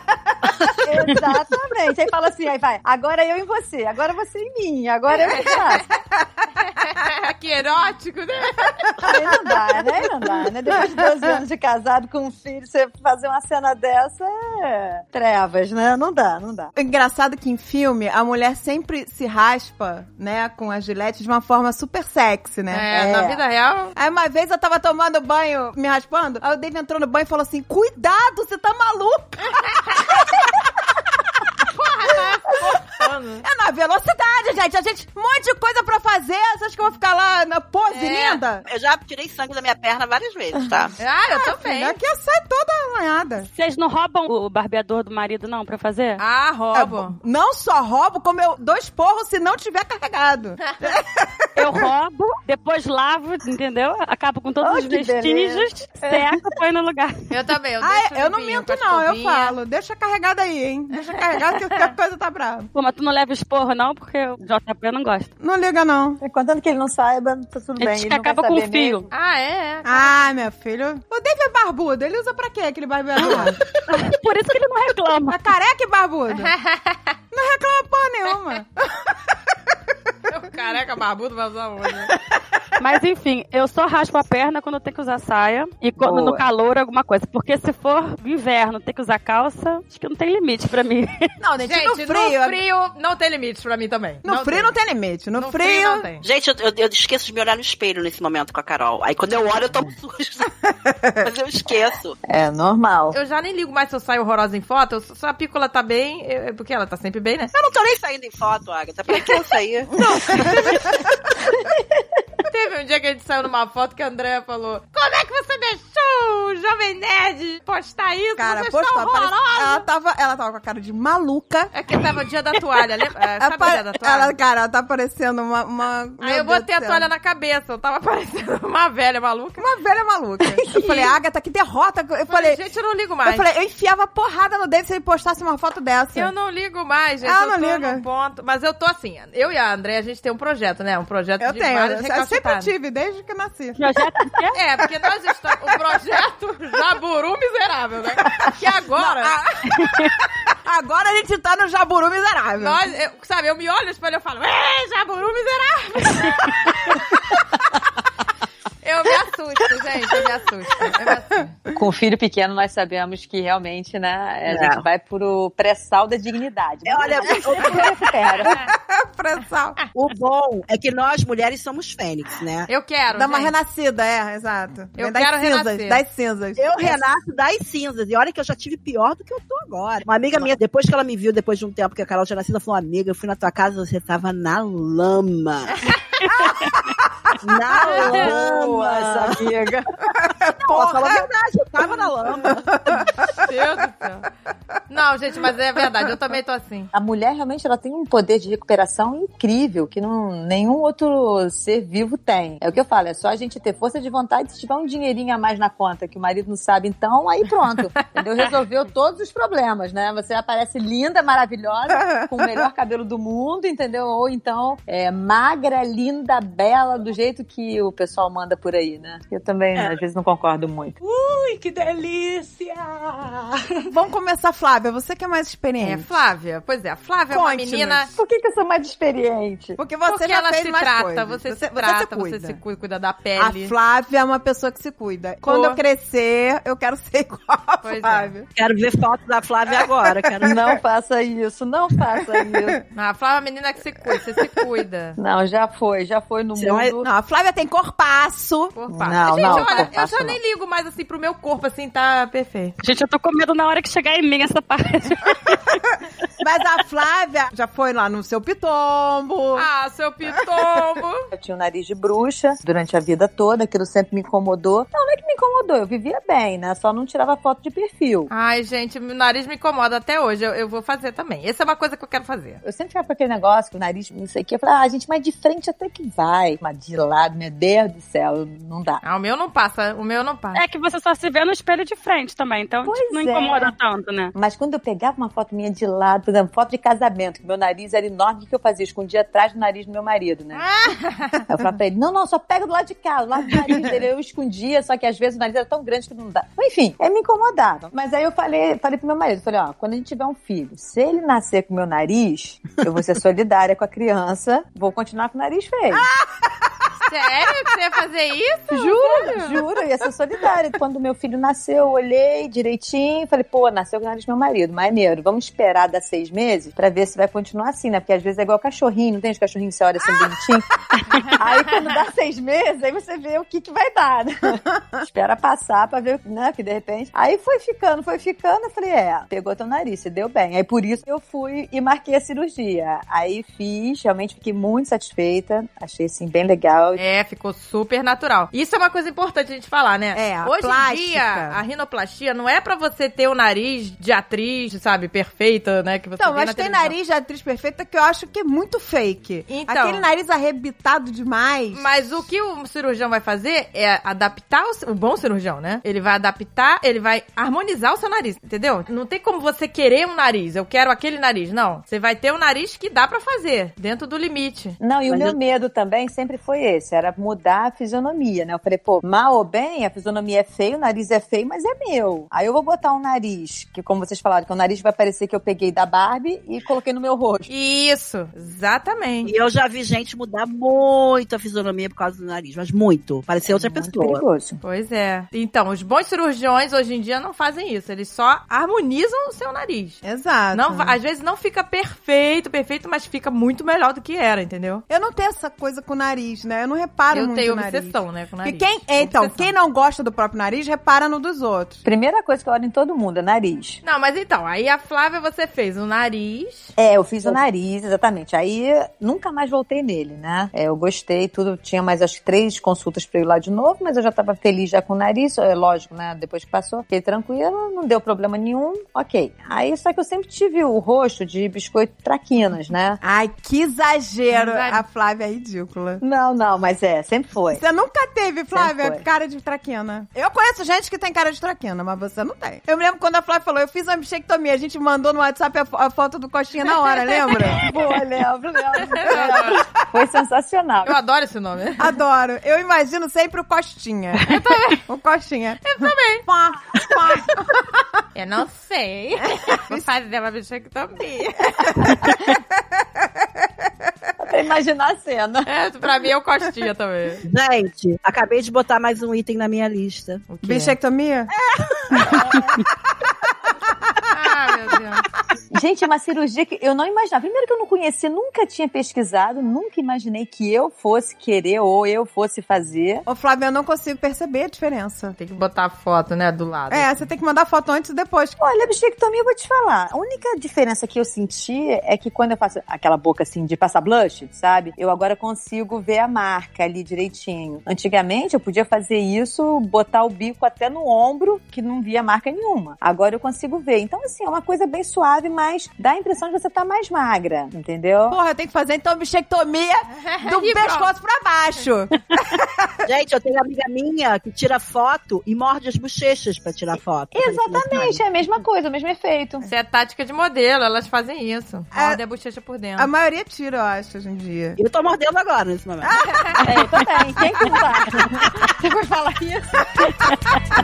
[SPEAKER 5] Exatamente. Aí fala assim, aí vai, agora eu em você, agora você em mim, agora eu em casa.
[SPEAKER 1] É que erótico, né?
[SPEAKER 5] Aí não dá, né? Aí não dá, né? Depois de 12 anos de casado com um filho, você fazer uma cena dessa é trevas, né? Não dá, não dá.
[SPEAKER 2] Engraçado é que em filme a mulher sempre se raspa, né, com a gilete de uma forma super sexy, né?
[SPEAKER 1] É, na vida real.
[SPEAKER 2] Aí uma vez eu tava tomando banho, me raspando, aí o Dave entrou no banho e falou assim: Cuidado, você tá maluco!
[SPEAKER 1] Mano.
[SPEAKER 2] É na velocidade, gente! A gente, um monte de coisa pra fazer, você acha que eu vou ficar lá na pose
[SPEAKER 1] É.
[SPEAKER 2] linda?
[SPEAKER 4] Eu já tirei sangue da minha perna várias vezes, tá?
[SPEAKER 1] Ah, eu também.
[SPEAKER 2] Aqui É eu saio toda arranhada.
[SPEAKER 3] Vocês não roubam o barbeador do marido, não, pra fazer?
[SPEAKER 1] Ah,
[SPEAKER 2] É,
[SPEAKER 1] roubo.
[SPEAKER 2] não só roubo, como eu dou esporro se não tiver carregado.
[SPEAKER 3] Eu roubo, depois lavo, entendeu? Acabo com todos
[SPEAKER 5] Oh,
[SPEAKER 3] os
[SPEAKER 5] que
[SPEAKER 3] vestígios, seca, põe no lugar.
[SPEAKER 1] Eu também. Eu,
[SPEAKER 2] Ah,
[SPEAKER 1] deixo
[SPEAKER 2] é, eu não
[SPEAKER 1] limpinho
[SPEAKER 2] minto,
[SPEAKER 1] com a
[SPEAKER 2] não, eu
[SPEAKER 1] escovinha.
[SPEAKER 2] falo. Deixa carregado aí, hein? Deixa carregado que
[SPEAKER 1] <laughs>
[SPEAKER 2] a coisa tá brava.
[SPEAKER 3] Pô, mas tu não leva esporro, não, porque o JP não gosta.
[SPEAKER 2] Não liga, não.
[SPEAKER 5] Contanto que ele não saiba, tá tudo
[SPEAKER 3] Ele
[SPEAKER 5] bem.
[SPEAKER 3] diz
[SPEAKER 5] Ele
[SPEAKER 3] que
[SPEAKER 5] não vai
[SPEAKER 3] acaba com o
[SPEAKER 5] saber mesmo.
[SPEAKER 3] fio.
[SPEAKER 1] Ah, é? é.
[SPEAKER 2] Ah, meu filho. O Dave é barbudo. Ele usa pra quê aquele barbeador?
[SPEAKER 1] <laughs>
[SPEAKER 3] Por isso que ele não
[SPEAKER 5] <laughs>
[SPEAKER 3] reclama.
[SPEAKER 2] a careca e barbudo. Não reclama porra nenhuma.
[SPEAKER 1] <laughs> Meu Careca barbudo vai usar onde? né?
[SPEAKER 3] Mas enfim, eu só raspo a perna quando eu tenho que usar saia e quando
[SPEAKER 5] Boa.
[SPEAKER 3] no calor alguma coisa. Porque se for inverno, tem que usar calça, acho que não tem limite pra mim. <laughs>
[SPEAKER 2] Não, gente,
[SPEAKER 1] Gente,
[SPEAKER 2] no frio. é No frio,
[SPEAKER 1] não tem limites pra mim também.
[SPEAKER 2] não tem limite. No,
[SPEAKER 1] No
[SPEAKER 2] frio.
[SPEAKER 1] não tem.
[SPEAKER 4] Gente, eu, eu- eu esqueço de me olhar no espelho nesse momento com a Carol. Aí quando eu olho, eu tomo um <laughs> susto. Mas eu esqueço.
[SPEAKER 5] É normal.
[SPEAKER 1] Eu já nem ligo mais se eu saio horrorosa em foto. eu- Se a pícola tá bem, eu- porque ela tá sempre bem, né?
[SPEAKER 2] <laughs>
[SPEAKER 4] Eu não tô nem saindo em foto, Agatha. Pra que eu sair?
[SPEAKER 1] Teve um dia que a gente saiu numa foto que a Andrea falou: Como é que você deixou o Jovem Nerd postar isso?
[SPEAKER 2] Cara,
[SPEAKER 1] Vocês
[SPEAKER 2] postou,
[SPEAKER 1] estão
[SPEAKER 2] aparece-
[SPEAKER 1] horrorosos!
[SPEAKER 2] ela, tava, ela tava com a cara de maluca.
[SPEAKER 1] É que tava o dia da
[SPEAKER 2] <laughs>
[SPEAKER 1] toalha, lembra? É, Sabe o
[SPEAKER 2] Apa-
[SPEAKER 1] dia da toalha?
[SPEAKER 2] ela, cara, ela tá parecendo uma. uma
[SPEAKER 1] Aí eu botei a toalha na cabeça, eu tava <laughs> parecendo uma velha maluca.
[SPEAKER 2] Uma velha maluca. Eu
[SPEAKER 1] <laughs>
[SPEAKER 2] falei, Agatha, que derrota. Eu falei,
[SPEAKER 1] Falei, gente, eu não ligo
[SPEAKER 2] eu
[SPEAKER 1] mais.
[SPEAKER 2] falei, eu enfiava porrada no dedo se ele postasse uma foto dessa.
[SPEAKER 1] Eu não ligo mais, gente.
[SPEAKER 2] Ela
[SPEAKER 1] eu
[SPEAKER 2] Ah, não
[SPEAKER 1] tô
[SPEAKER 2] liga.
[SPEAKER 1] num ponto. Mas eu tô assim, eu e a André, a gente tem um projeto, né? Um projeto
[SPEAKER 2] Eu
[SPEAKER 1] de
[SPEAKER 2] tenho, eu,
[SPEAKER 1] várias
[SPEAKER 2] eu sempre né?
[SPEAKER 1] recalcitantes.
[SPEAKER 2] tive, desde que nasci.
[SPEAKER 3] Projeto de quê?
[SPEAKER 1] É, porque nós estamos. O projeto <laughs> Jaburu Miserável, né? Que agora.
[SPEAKER 2] ah,
[SPEAKER 1] <laughs>
[SPEAKER 2] Agora a gente tá no jaburu miserável.
[SPEAKER 1] Nós, eu- sabe, eu me olho no espelho e eu falo, ei, jaburu miserável! <laughs> eu me assusto, gente, eu me assusto. Eu me assusto.
[SPEAKER 5] Com o filho pequeno, nós sabemos que realmente, né, a
[SPEAKER 4] É.
[SPEAKER 5] gente vai pro pré-sal da dignidade. Mas
[SPEAKER 4] Olha,
[SPEAKER 5] <laughs> recupera.
[SPEAKER 2] Pressal.
[SPEAKER 4] o bom é que nós mulheres somos fênix, né?
[SPEAKER 1] Eu quero.
[SPEAKER 2] Dá uma
[SPEAKER 1] gente.
[SPEAKER 2] renascida, é, exato.
[SPEAKER 1] Eu
[SPEAKER 2] Vem das
[SPEAKER 1] quero
[SPEAKER 2] cinzas,
[SPEAKER 1] renascer.
[SPEAKER 2] Das cinzas. É,
[SPEAKER 4] Eu renasço das cinzas. E olha que eu já tive pior do que eu tô agora. Uma amiga minha, depois que ela me viu, depois de um tempo que a Carol tinha nascido, ela falou: Amiga, eu fui na tua casa, você tava na
[SPEAKER 5] <laughs>
[SPEAKER 4] lama. na
[SPEAKER 5] Boa,
[SPEAKER 4] lama.
[SPEAKER 5] essa amiga.
[SPEAKER 4] Ela falou a verdade, eu tava na lama.
[SPEAKER 1] Meu Deus do céu. Não, gente, mas é verdade, eu também tô assim.
[SPEAKER 5] A mulher realmente ela tem um poder de recuperação incrível que não, nenhum outro ser vivo tem. É o que eu falo, é só a gente ter força de vontade se tiver um dinheirinho a mais na conta que o marido não sabe, então aí pronto. Entendeu? Resolveu todos os problemas, né? Você aparece linda, maravilhosa, com o melhor cabelo do mundo, entendeu? Ou então é, magra, linda, bela, do jeito que o pessoal manda por aí, né? Eu também às vezes não concordo muito.
[SPEAKER 6] É. Ui, que delícia!
[SPEAKER 2] Vamos começar, Flávia. Você que é mais
[SPEAKER 1] É,
[SPEAKER 2] experiente.
[SPEAKER 1] Flávia, pois é, a Flávia é uma
[SPEAKER 2] Conte-nos.
[SPEAKER 1] menina.
[SPEAKER 5] Por que, que eu sou mais experiente?
[SPEAKER 2] Porque você
[SPEAKER 1] porque
[SPEAKER 2] já
[SPEAKER 1] ela
[SPEAKER 2] fez
[SPEAKER 1] se
[SPEAKER 2] mais
[SPEAKER 1] trata,
[SPEAKER 2] coisas.
[SPEAKER 1] você, se trata, você se cuida, da
[SPEAKER 2] A
[SPEAKER 1] pele.
[SPEAKER 2] Flávia é uma pessoa que se cuida. Quando eu crescer, eu quero ser <laughs> igual a
[SPEAKER 1] Pois é.
[SPEAKER 2] Flávia.
[SPEAKER 4] Quero ver foto da Flávia agora. Quero...
[SPEAKER 5] <laughs> Não faça isso, não faça isso.
[SPEAKER 1] A Flávia é uma menina que se cuida, você se cuida.
[SPEAKER 5] Não, já foi, já foi no
[SPEAKER 4] Senão é-
[SPEAKER 5] um mundo.
[SPEAKER 2] Não, a Flávia tem corpaço.
[SPEAKER 1] Por
[SPEAKER 5] Não,
[SPEAKER 1] gente,
[SPEAKER 5] não,
[SPEAKER 1] olha, eu
[SPEAKER 5] corpaço
[SPEAKER 1] já
[SPEAKER 5] não.
[SPEAKER 1] nem ligo mais assim pro meu corpo, assim, tá perfeito.
[SPEAKER 3] Gente, eu tô com medo na hora que chegar em mim essa parte.
[SPEAKER 2] Mas
[SPEAKER 1] <laughs>
[SPEAKER 2] a Flávia já foi lá no seu pitombo.
[SPEAKER 1] Ah, seu pitombo!
[SPEAKER 5] Eu tinha o nariz de bruxa durante a vida toda, aquilo sempre me incomodou. Não, não é que me incomodou, eu vivia bem, né? Só não tirava foto de perfil.
[SPEAKER 1] Ai, gente, meu nariz me incomoda até hoje. Eu, eu vou fazer também. Essa é uma coisa que eu quero fazer.
[SPEAKER 5] Eu sempre ficava com aquele negócio, com o nariz, não sei o quê. Eu falava, ah, gente, mas de frente até que vai. Mas de lado, meu Deus do céu, não dá.
[SPEAKER 1] Ah, o meu não passa, o meu não passa.
[SPEAKER 3] É que você só se vê no espelho de frente também, então tipo,
[SPEAKER 5] Pois
[SPEAKER 3] não
[SPEAKER 5] é.
[SPEAKER 3] incomoda tanto, né?
[SPEAKER 5] Mas quando eu pegava uma foto minha de lado, por exemplo, foto de casamento, que meu nariz era enorme, o que eu fazia? Escondia atrás do nariz do meu marido, né? Aí eu falava pra ele, não, não, só pega do lado de cá, do lado do nariz dele. Eu escondia, só que às vezes o nariz era tão grande que não dá. Enfim, é me incomodava. Mas aí eu falei, falei pro meu marido, falei, ó, quando a gente tiver um filho, se ele nascer com o meu nariz, eu vou ser solidária com a criança, vou continuar com o nariz feio.
[SPEAKER 1] Sério que você ia fazer isso?
[SPEAKER 5] Juro, juro, eu ia ser solidária. Quando meu filho nasceu, eu olhei direitinho, falei, pô, nasceu com o nariz do meu marido, maneiro. Vamos esperar dar seis meses pra ver se vai continuar assim, né? Porque às vezes é igual cachorrinho, não tem os cachorrinhos que você olha assim bonitinho? aí quando dá seis meses, aí você vê o que que vai dar, né? Espera passar pra ver, né? Que de repente. Aí foi ficando, foi ficando, eu falei, é, pegou teu nariz, se deu bem. Aí por isso eu fui e marquei a cirurgia. Aí fiz, realmente fiquei muito satisfeita, achei assim bem legal.
[SPEAKER 1] É, ficou super natural. Isso é uma coisa importante a gente falar, né?
[SPEAKER 2] É, a
[SPEAKER 1] Hoje em
[SPEAKER 2] plástica.
[SPEAKER 1] dia, a rinoplastia não é pra você ter o nariz de atriz, sabe, perfeita, né? Que você
[SPEAKER 2] Então,
[SPEAKER 1] vê
[SPEAKER 2] mas
[SPEAKER 1] na
[SPEAKER 2] tem
[SPEAKER 1] televisão.
[SPEAKER 2] nariz de atriz perfeita que eu acho que é muito fake.
[SPEAKER 1] Então. Hum.
[SPEAKER 2] Aquele nariz arrebitado demais.
[SPEAKER 1] Mas o que o cirurgião vai fazer é adaptar o, ci- o bom cirurgião, né? Ele vai adaptar, ele vai harmonizar o seu nariz, entendeu? Não tem como você querer um nariz, eu quero aquele nariz, não. Você vai ter um nariz que dá pra fazer, dentro do limite.
[SPEAKER 5] Não, e o
[SPEAKER 4] Mas
[SPEAKER 5] meu
[SPEAKER 4] eu-
[SPEAKER 5] medo também sempre foi esse. diferença, era mudar a fisionomia, né? Eu falei, pô, mal ou bem, a fisionomia é feia, o nariz é feio, mas é meu. Aí eu vou botar um nariz, que como vocês falaram, que o nariz vai parecer que eu peguei da Barbie e coloquei no meu rosto.
[SPEAKER 1] Isso, exatamente.
[SPEAKER 4] E eu já vi gente mudar muito a fisionomia por causa do nariz, mas muito. Parecia outra
[SPEAKER 5] Muito
[SPEAKER 4] pessoa.
[SPEAKER 5] Ah, é perigoso.
[SPEAKER 1] Pois é. Então, os bons cirurgiões hoje em dia não fazem isso, eles só harmonizam o seu nariz.
[SPEAKER 2] Exato.
[SPEAKER 1] Não, va- às vezes não fica perfeito, perfeito, mas fica muito melhor do que era, entendeu?
[SPEAKER 2] Eu não tenho essa coisa com o nariz, né? Eu não reparo
[SPEAKER 1] Eu
[SPEAKER 2] muito
[SPEAKER 1] tenho
[SPEAKER 2] no nariz.
[SPEAKER 1] obsessão, né, com o
[SPEAKER 2] E
[SPEAKER 1] nariz.
[SPEAKER 2] quem, é, então,
[SPEAKER 1] Obsessão.
[SPEAKER 2] quem não gosta do próprio nariz, repara no dos outros.
[SPEAKER 5] Primeira coisa que eu olho em todo mundo é nariz.
[SPEAKER 1] Não, mas então, aí a Flávia você fez o nariz.
[SPEAKER 5] É, eu fiz o nariz, exatamente. Aí nunca mais voltei nele, né? É, eu gostei, tudo. Tinha mais acho que três consultas pra eu ir lá de novo, mas eu já tava feliz já com o nariz, é lógico, né? Depois que passou, fiquei tranquila, não deu problema nenhum, ok. Aí só que eu sempre tive o rosto de biscoito traquinas, né?
[SPEAKER 2] Ai, que exagero.
[SPEAKER 1] Exagero.
[SPEAKER 2] A Flávia é ridícula.
[SPEAKER 5] Não, não, mas é, sempre foi.
[SPEAKER 2] Você nunca teve, Flávia,
[SPEAKER 5] foi.
[SPEAKER 2] cara de traquina. Eu conheço gente que tem cara de traquina, mas você não tem. Eu me lembro quando a Flávia falou, eu fiz uma bichectomia, a gente mandou no WhatsApp a, fo- a foto do coxinha na
[SPEAKER 1] <laughs>
[SPEAKER 2] hora, lembra?
[SPEAKER 5] Boa, lembro, lembro.
[SPEAKER 1] Eu adoro,
[SPEAKER 5] <laughs> Foi sensacional.
[SPEAKER 1] eu adoro esse nome. né?
[SPEAKER 2] Adoro. Eu imagino sempre o
[SPEAKER 1] <laughs>
[SPEAKER 2] Costinha. Eu também. O Costinha. Eu também. Pá, pá.
[SPEAKER 1] Eu não <laughs> sei. Vou fazer uma bichectomia.
[SPEAKER 5] Pra imaginar a cena.
[SPEAKER 1] É, pra mim é o Costinha também.
[SPEAKER 4] Gente, acabei de botar mais um item na minha lista.
[SPEAKER 1] O quê?
[SPEAKER 2] é- Bichectomia?
[SPEAKER 1] Ah, meu Deus.
[SPEAKER 5] Gente, é uma cirurgia que eu não imaginava. Primeiro que eu não conhecia, nunca tinha pesquisado, nunca imaginei que eu fosse querer ou eu fosse fazer.
[SPEAKER 2] Ô, Flávia, eu não consigo perceber a diferença.
[SPEAKER 1] Tem que botar a foto, né, do lado.
[SPEAKER 2] É, você tem que mandar foto antes e depois.
[SPEAKER 5] Olha, bichectomia, eu vou te falar. A única diferença que eu senti é que quando eu faço aquela boca assim de passar blush, sabe? Eu agora consigo ver a marca ali direitinho. Antigamente eu podia fazer isso, botar o bico até no ombro, que não via marca nenhuma. Agora eu consigo ver. Então, assim, é uma coisa bem suave, mas dá a impressão de você estar mais magra, entendeu?
[SPEAKER 2] Porra, eu tenho que fazer então bichectomia
[SPEAKER 1] <laughs>
[SPEAKER 2] do
[SPEAKER 1] E
[SPEAKER 2] pescoço pra
[SPEAKER 1] <laughs>
[SPEAKER 2] baixo.
[SPEAKER 4] Gente, eu tenho amiga minha que tira foto e morde as bochechas pra tirar foto.
[SPEAKER 5] Exatamente, é a mesma coisa, o mesmo efeito.
[SPEAKER 1] Isso é tática de modelo, elas fazem isso.
[SPEAKER 2] É.
[SPEAKER 1] Morde a bochecha por dentro.
[SPEAKER 2] A maioria tira, eu acho, hoje em dia.
[SPEAKER 4] Eu tô mordendo agora nesse momento.
[SPEAKER 5] É, eu também. Quem que tá? vai? Você vai falar isso?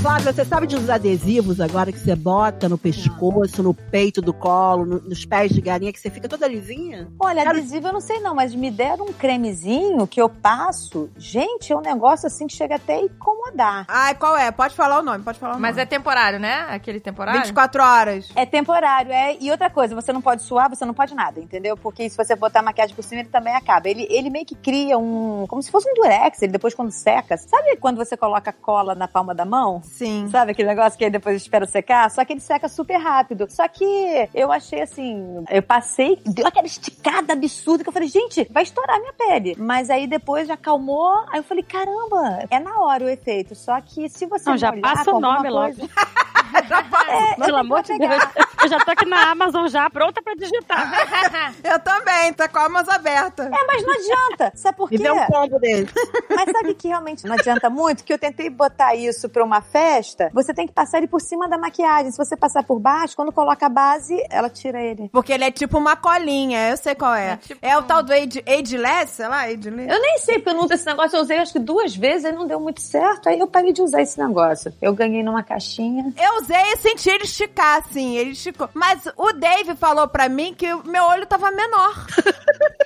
[SPEAKER 4] Flávia, você sabe de uns adesivos agora que você bota no pescoço, no peito do colo, no- nos pés de galinha, que você fica toda lisinha?
[SPEAKER 5] Olha,
[SPEAKER 4] Cara-
[SPEAKER 5] adesivo eu não sei não, mas me deram um cremezinho que eu passo. Gente, é um negócio assim que chega até a incomodar.
[SPEAKER 2] Ai, qual é? Pode falar o nome, pode falar o
[SPEAKER 1] Mas é
[SPEAKER 2] nome.
[SPEAKER 1] temporário, né? Aquele temporário?
[SPEAKER 2] 24 horas.
[SPEAKER 5] É temporário, é. E outra coisa, você não pode suar, você não pode nada, entendeu? Porque se você botar maquiagem por cima, ele também acaba. Ele, ele meio que cria um. Como se fosse um durex, ele depois quando seca. Sabe quando você coloca cola na palma da mão?
[SPEAKER 2] Sim.
[SPEAKER 5] Sabe aquele negócio que aí depois espera secar? Só que ele seca super rápido. Só que eu achei assim, eu passei, deu aquela esticada absurda que eu falei, gente, vai estourar minha pele. Mas aí depois já acalmou, aí eu falei, caramba, é na hora o efeito. Só que se você
[SPEAKER 3] Não, já
[SPEAKER 5] molhar
[SPEAKER 3] passa o
[SPEAKER 5] com alguma
[SPEAKER 3] nome logo.
[SPEAKER 5] coisa-
[SPEAKER 1] É.
[SPEAKER 5] eu
[SPEAKER 3] Pelo
[SPEAKER 5] não
[SPEAKER 3] amor
[SPEAKER 5] vou
[SPEAKER 3] de
[SPEAKER 5] pegar.
[SPEAKER 3] Deus. Eu já tô aqui na Amazon já, pronta pra
[SPEAKER 5] <laughs>
[SPEAKER 3] digitar.
[SPEAKER 2] <laughs> Eu também, tá com a mãos aberta.
[SPEAKER 5] É, mas não adianta. Sabe por
[SPEAKER 4] Me
[SPEAKER 5] quê?
[SPEAKER 4] deu um combo dele.
[SPEAKER 5] Mas sabe que realmente não adianta muito? Que eu tentei botar isso pra uma festa, você tem que passar ele por cima da maquiagem. Se você passar por baixo, quando coloca a base, ela tira ele.
[SPEAKER 2] Porque ele é tipo uma colinha, eu sei qual é. É,
[SPEAKER 1] É tipo
[SPEAKER 2] o tal do Age- ageless, sei lá, ageless.
[SPEAKER 5] Eu nem sei, porque eu não uso esse negócio. Eu usei acho que duas vezes, aí não deu muito certo. Aí eu parei de usar esse negócio. Eu ganhei numa caixinha.
[SPEAKER 2] Eu usei e senti ele esticar, assim, ele esticou. Mas o Dave falou pra mim que o meu olho tava
[SPEAKER 1] <laughs>
[SPEAKER 2] menor.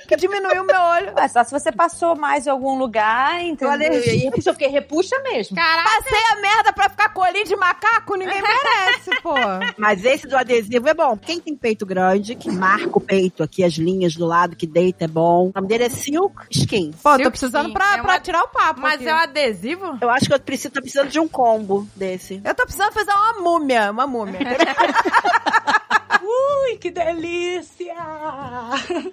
[SPEAKER 2] que diminuiu o meu olho.
[SPEAKER 5] Ué, É só se você passou mais em algum lugar, entendeu?
[SPEAKER 4] alergia.
[SPEAKER 5] E aí, eu fiquei, repuxa mesmo.
[SPEAKER 1] Caraca,
[SPEAKER 2] Passei a É merda pra ficar colinho de macaco, ninguém merece,
[SPEAKER 1] <laughs>
[SPEAKER 2] pô.
[SPEAKER 4] Mas esse do adesivo é bom. Quem tem peito grande, que marca o peito aqui, as linhas do lado, que deita, é bom. O nome dele é Silk Skin.
[SPEAKER 2] Pô,
[SPEAKER 1] Silk
[SPEAKER 2] tô precisando
[SPEAKER 1] Skin.
[SPEAKER 2] pra,
[SPEAKER 1] É
[SPEAKER 2] pra
[SPEAKER 1] uma-
[SPEAKER 2] tirar o papo.
[SPEAKER 1] mas
[SPEAKER 2] aqui.
[SPEAKER 1] é um adesivo?
[SPEAKER 4] Eu acho que eu preciso, tô precisando de um combo desse.
[SPEAKER 1] <laughs>
[SPEAKER 2] Eu tô precisando fazer uma múmia, uma múmia. Ui,
[SPEAKER 6] Ui, que delícia!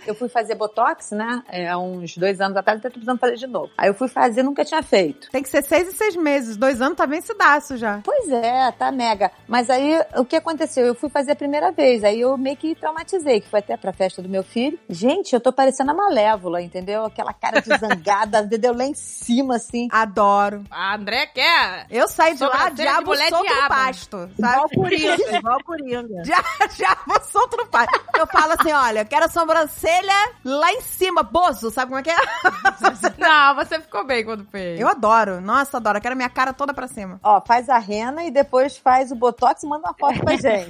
[SPEAKER 5] Eu fui fazer Botox, né? é, Há uns dois anos atrás, até tô precisando fazer de novo. Aí eu fui fazer, nunca tinha feito.
[SPEAKER 2] Tem que ser seis e seis meses. Dois anos tá vencidaço já.
[SPEAKER 5] Pois é, tá mega. Mas aí, o que aconteceu? Eu fui fazer a primeira vez, aí eu meio que traumatizei, que foi até pra festa do meu filho. Gente, eu tô parecendo a Malévola, entendeu? Aquela cara de zangada, <laughs> entendeu? Lá em cima, assim.
[SPEAKER 2] Adoro.
[SPEAKER 1] A André
[SPEAKER 2] <laughs>
[SPEAKER 1] quer.
[SPEAKER 2] Eu saí de lá,
[SPEAKER 1] Sobrancelha de
[SPEAKER 2] diabo
[SPEAKER 1] mulher
[SPEAKER 2] solto no
[SPEAKER 1] diabo.
[SPEAKER 2] pasto. Sabe? <laughs>
[SPEAKER 4] Igual Coringa, <laughs> igual Coringa.
[SPEAKER 2] Já, já mostrou outro pai. Eu falo assim, olha, eu quero a sobrancelha lá em cima, bozo, sabe como é que é?
[SPEAKER 1] Não, você ficou bem quando fez.
[SPEAKER 2] Eu adoro, nossa, adoro, eu quero minha cara toda pra cima.
[SPEAKER 5] Ó, faz a rena e depois faz o botox e manda uma foto pra gente.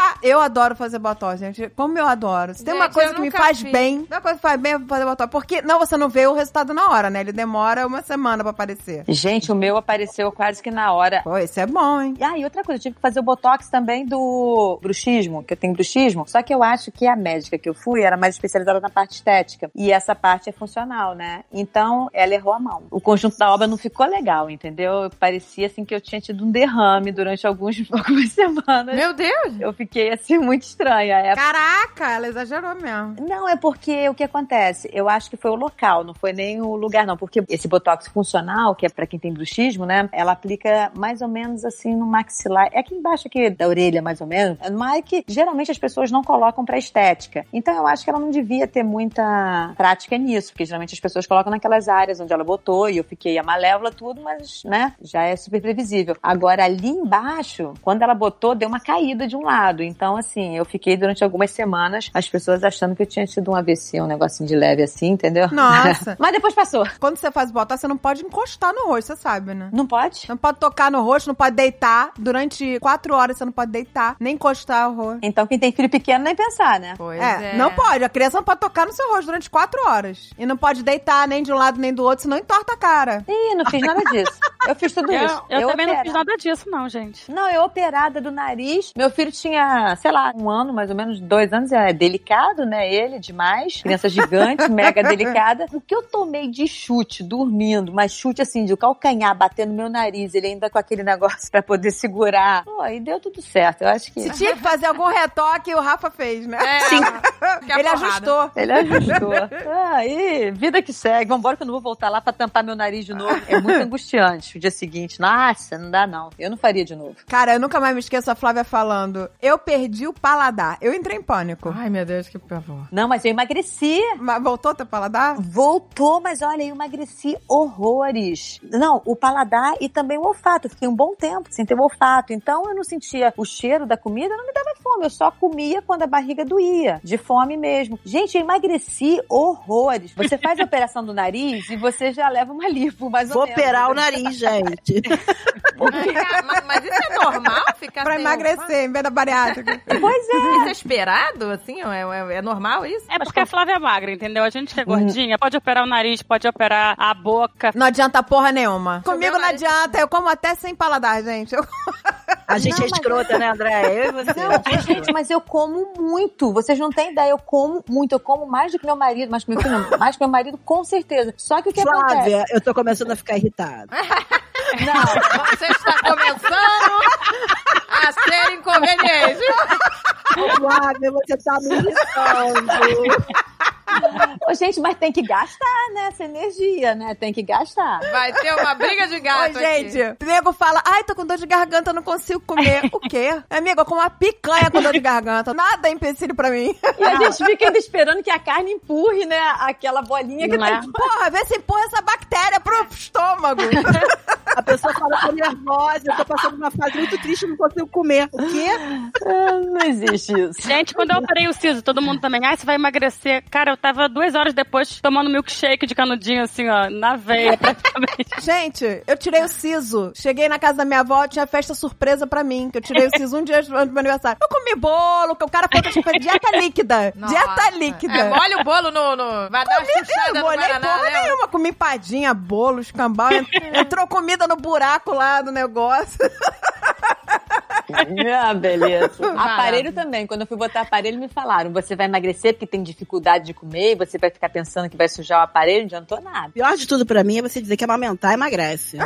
[SPEAKER 2] Ah, Eu adoro fazer botox, gente, como eu adoro. Se tem uma
[SPEAKER 1] Gente,
[SPEAKER 2] coisa
[SPEAKER 1] eu
[SPEAKER 2] que me
[SPEAKER 1] nunca
[SPEAKER 2] faz
[SPEAKER 1] fiz.
[SPEAKER 2] bem, uma coisa que faz bem é fazer botox, porque não, você não vê o resultado na hora, né? Ele demora uma semana pra aparecer.
[SPEAKER 5] gente, o meu apareceu quase que na hora.
[SPEAKER 2] Pô, isso é bom, hein?
[SPEAKER 5] E aí, outra coisa, eu tive que fazer o botox também do bruxismo, que eu tenho bruxismo. Só que eu acho que a médica que eu fui era mais especializada na parte estética. E essa parte é funcional, né? Então, ela errou a mão. O conjunto da obra não ficou legal, entendeu? Parecia assim que eu tinha tido um derrame durante alguns, <laughs> algumas semanas.
[SPEAKER 1] Meu Deus!
[SPEAKER 5] Eu fiquei assim muito estranha. É
[SPEAKER 2] Caraca, ela exagerou mesmo.
[SPEAKER 5] não, é porque o que acontece? Eu acho que foi o local, não foi nem o lugar, não. Porque esse botox funcional, que é pra quem tem bruxismo, né? Ela aplica mais ou menos assim no maxilar. É aqui embaixo aqui da orelha, mais ou menos. É uma área que geralmente as pessoas não colocam pra estética. Então eu acho que ela não devia ter muita prática nisso, porque geralmente as pessoas colocam naquelas áreas onde ela botou e eu fiquei a malévola, tudo, mas, né? Já é super previsível. Agora, ali embaixo, quando ela botou, deu uma caída de um lado. Então, assim, eu fiquei durante algumas semanas as pessoas achando que eu tinha tido um AVC, um negocinho de leve assim, entendeu?
[SPEAKER 2] Nossa,
[SPEAKER 5] Mas depois passou.
[SPEAKER 2] quando você faz botox, você não pode encostar no rosto, você sabe, né?
[SPEAKER 5] Não pode?
[SPEAKER 2] Não pode tocar no rosto, não pode deitar. Durante quatro horas você não pode deitar, nem encostar o rosto.
[SPEAKER 5] Então, quem tem filho pequeno nem pensar, né?
[SPEAKER 1] Pois
[SPEAKER 2] É, não pode. A criança não pode tocar no seu rosto durante quatro horas. E não pode deitar nem de um lado nem do outro, senão entorta a cara.
[SPEAKER 5] Ih, não fiz nada disso. Eu fiz tudo
[SPEAKER 3] Eu,
[SPEAKER 5] isso.
[SPEAKER 3] eu também não
[SPEAKER 5] operava.
[SPEAKER 3] fiz nada disso, não, gente.
[SPEAKER 5] Não, eu operada do nariz. Meu filho tinha, sei lá, um ano, mais ou menos dois anos. É delicado, né? Ele, demais. Criança gigante, mega delicada. O que eu tomei de chute, dormindo, mas chute assim, de calcanhar batendo no meu nariz, ele ainda com aquele negócio <laughs> pra poder segurar. Pô, e deu tudo certo. Eu acho que.
[SPEAKER 2] Se tinha que fazer algum retoque, o Rafa fez, né?
[SPEAKER 1] É, que é
[SPEAKER 2] Ele
[SPEAKER 1] porrada.
[SPEAKER 2] ajustou.
[SPEAKER 5] Ele ajustou. Ah, e vida que segue. Vambora que eu não vou voltar lá pra tampar meu nariz de novo. É muito angustiante. O dia seguinte, nossa, não dá não. Eu não faria de novo.
[SPEAKER 2] Cara, eu nunca mais me esqueço a Flávia falando. Eu perdi o paladar. Eu entrei em pânico.
[SPEAKER 1] Ai, meu Deus, que pavor.
[SPEAKER 5] Não, mas eu emagreci.
[SPEAKER 2] Mas voltou teu paladar?
[SPEAKER 5] Voltou, mas olha, eu emagreci horrores. Não, o paladar e também o olfato. Eu Fiquei um bom tempo sem ter o olfato. Então eu não sentia o cheiro da comida, não me dava fome. Eu só comia quando a barriga doía, de fome mesmo. Gente, eu emagreci horrores.
[SPEAKER 4] <laughs>
[SPEAKER 5] Você faz a operação do nariz e você já leva uma lipo, mais
[SPEAKER 4] Vou
[SPEAKER 5] ou menos. né?
[SPEAKER 4] operar o nariz, gente.
[SPEAKER 1] mas, mas isso é normal ficar
[SPEAKER 2] Pra
[SPEAKER 1] sem
[SPEAKER 2] emagrecer, em vez da
[SPEAKER 1] <laughs>
[SPEAKER 2] bariátrica.
[SPEAKER 5] Pois é.
[SPEAKER 1] Isso é esperado, assim? É, é- é normal isso?
[SPEAKER 3] É porque a Flávia é magra, entendeu? A gente que é gordinha, pode operar o nariz, pode operar a
[SPEAKER 2] <laughs>
[SPEAKER 3] boca.
[SPEAKER 2] Não adianta porra nenhuma. Comigo não
[SPEAKER 1] Entendeu?
[SPEAKER 2] adianta. Eu como até sem paladar, gente. Eu
[SPEAKER 4] A gente
[SPEAKER 5] Não,
[SPEAKER 4] é
[SPEAKER 5] mas-
[SPEAKER 4] escrota, né, André? Eu e você.
[SPEAKER 5] Não, gente, mas eu como muito. Vocês não têm ideia. Eu como muito. Eu como mais do que meu marido, mais que meu filho, não, mais que meu marido, com certeza. Só que o que acontece?
[SPEAKER 4] Flávia, eu tô começando a ficar irritada.
[SPEAKER 5] Não.
[SPEAKER 1] Você está começando a ser inconveniente.
[SPEAKER 4] Flávia, você tá me irritando.
[SPEAKER 5] Ô, gente, mas tem que gastar, né? Essa energia, né? Tem que gastar.
[SPEAKER 1] Vai ter uma briga de
[SPEAKER 2] Oi,
[SPEAKER 1] gato
[SPEAKER 2] gente.
[SPEAKER 1] aqui.
[SPEAKER 2] O nego fala, ai, tô com dor de garganta, não consigo
[SPEAKER 1] <laughs>
[SPEAKER 2] comer. o quê? Amigo, eu como uma picanha com dor de garganta. Nada é empecilho pra
[SPEAKER 1] <laughs>
[SPEAKER 2] mim.
[SPEAKER 5] E a gente fica ainda esperando que a carne empurre, né? Aquela bolinha que
[SPEAKER 3] Não
[SPEAKER 5] tá
[SPEAKER 3] é?
[SPEAKER 5] aqui.
[SPEAKER 2] Porra, vê se empurra essa bactéria pro
[SPEAKER 1] É. <laughs>
[SPEAKER 2] estômago.
[SPEAKER 4] A pessoa fala, tô nervosa, eu tô passando uma fase muito triste, não consigo comer. O quê?
[SPEAKER 5] Ah, Não existe isso.
[SPEAKER 3] Gente, quando eu operei o siso, todo mundo também, ah, você vai emagrecer. Cara, eu tava duas horas depois tomando milkshake de canudinho, assim, ó, na veia, <laughs> praticamente.
[SPEAKER 2] Gente, eu tirei o siso. Cheguei na casa da minha avó, tinha festa surpresa pra mim, que eu tirei o siso um dia antes do meu aniversário. Eu comi bolo, que o cara falou que eu tinha dieta líquida.
[SPEAKER 1] Nossa.
[SPEAKER 2] Dieta líquida.
[SPEAKER 1] É, molha o bolo no... no- vai dar uma chuchada
[SPEAKER 2] Eu
[SPEAKER 1] no
[SPEAKER 2] molhei
[SPEAKER 1] Guaraná,
[SPEAKER 2] porra
[SPEAKER 1] né?
[SPEAKER 2] nenhuma, comi empadinha, <laughs> bolo, escambau, en- entrou comida no buraco lá do negócio.
[SPEAKER 5] é
[SPEAKER 7] Ah, beleza. <laughs> Aparelho também. Quando eu fui botar aparelho, me falaram: você vai emagrecer porque tem dificuldade de comer, e você vai ficar pensando que vai sujar o aparelho, não adiantou nada.
[SPEAKER 4] Pior de tudo pra mim é você dizer que amamentar emagrece.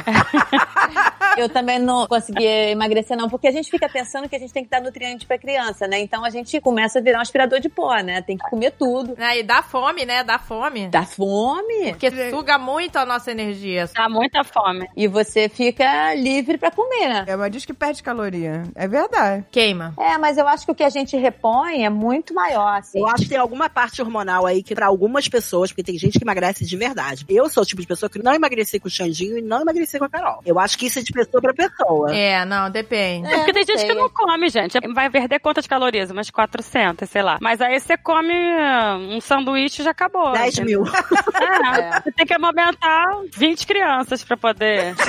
[SPEAKER 7] Eu também não consegui emagrecer, não, porque a gente fica pensando que a gente tem que dar nutriente pra criança, né? Então a gente começa a virar um aspirador de pó, né? Tem que comer tudo.
[SPEAKER 1] Né, E dá fome, né? Dá fome.
[SPEAKER 7] Dá fome.
[SPEAKER 1] Porque
[SPEAKER 2] é-
[SPEAKER 1] suga muito a nossa energia.
[SPEAKER 3] Dá muita fome.
[SPEAKER 7] E você fica livre pra comer, né?
[SPEAKER 2] É, mas diz que perde caloria. É verdade.
[SPEAKER 1] Queima.
[SPEAKER 7] É, mas eu acho que o que a gente repõe é muito maior, assim.
[SPEAKER 4] Eu acho que tem alguma parte hormonal aí que pra algumas pessoas, porque tem gente que emagrece de verdade. Eu sou o tipo de pessoa que não emagreci com o Xandinho e não emagreci com a Carol. Eu acho que isso é de pessoa pra pessoa.
[SPEAKER 1] É, não, depende.
[SPEAKER 7] É,
[SPEAKER 3] Porque tem gente
[SPEAKER 7] sei.
[SPEAKER 3] que não come, gente. Vai perder quantas calorias? Umas 400, sei lá. Mas aí você come ah, um sanduíche e já acabou.
[SPEAKER 4] 10
[SPEAKER 3] entendeu?
[SPEAKER 4] mil.
[SPEAKER 3] <laughs> É, Você tem que amamentar 20 crianças pra poder. <laughs>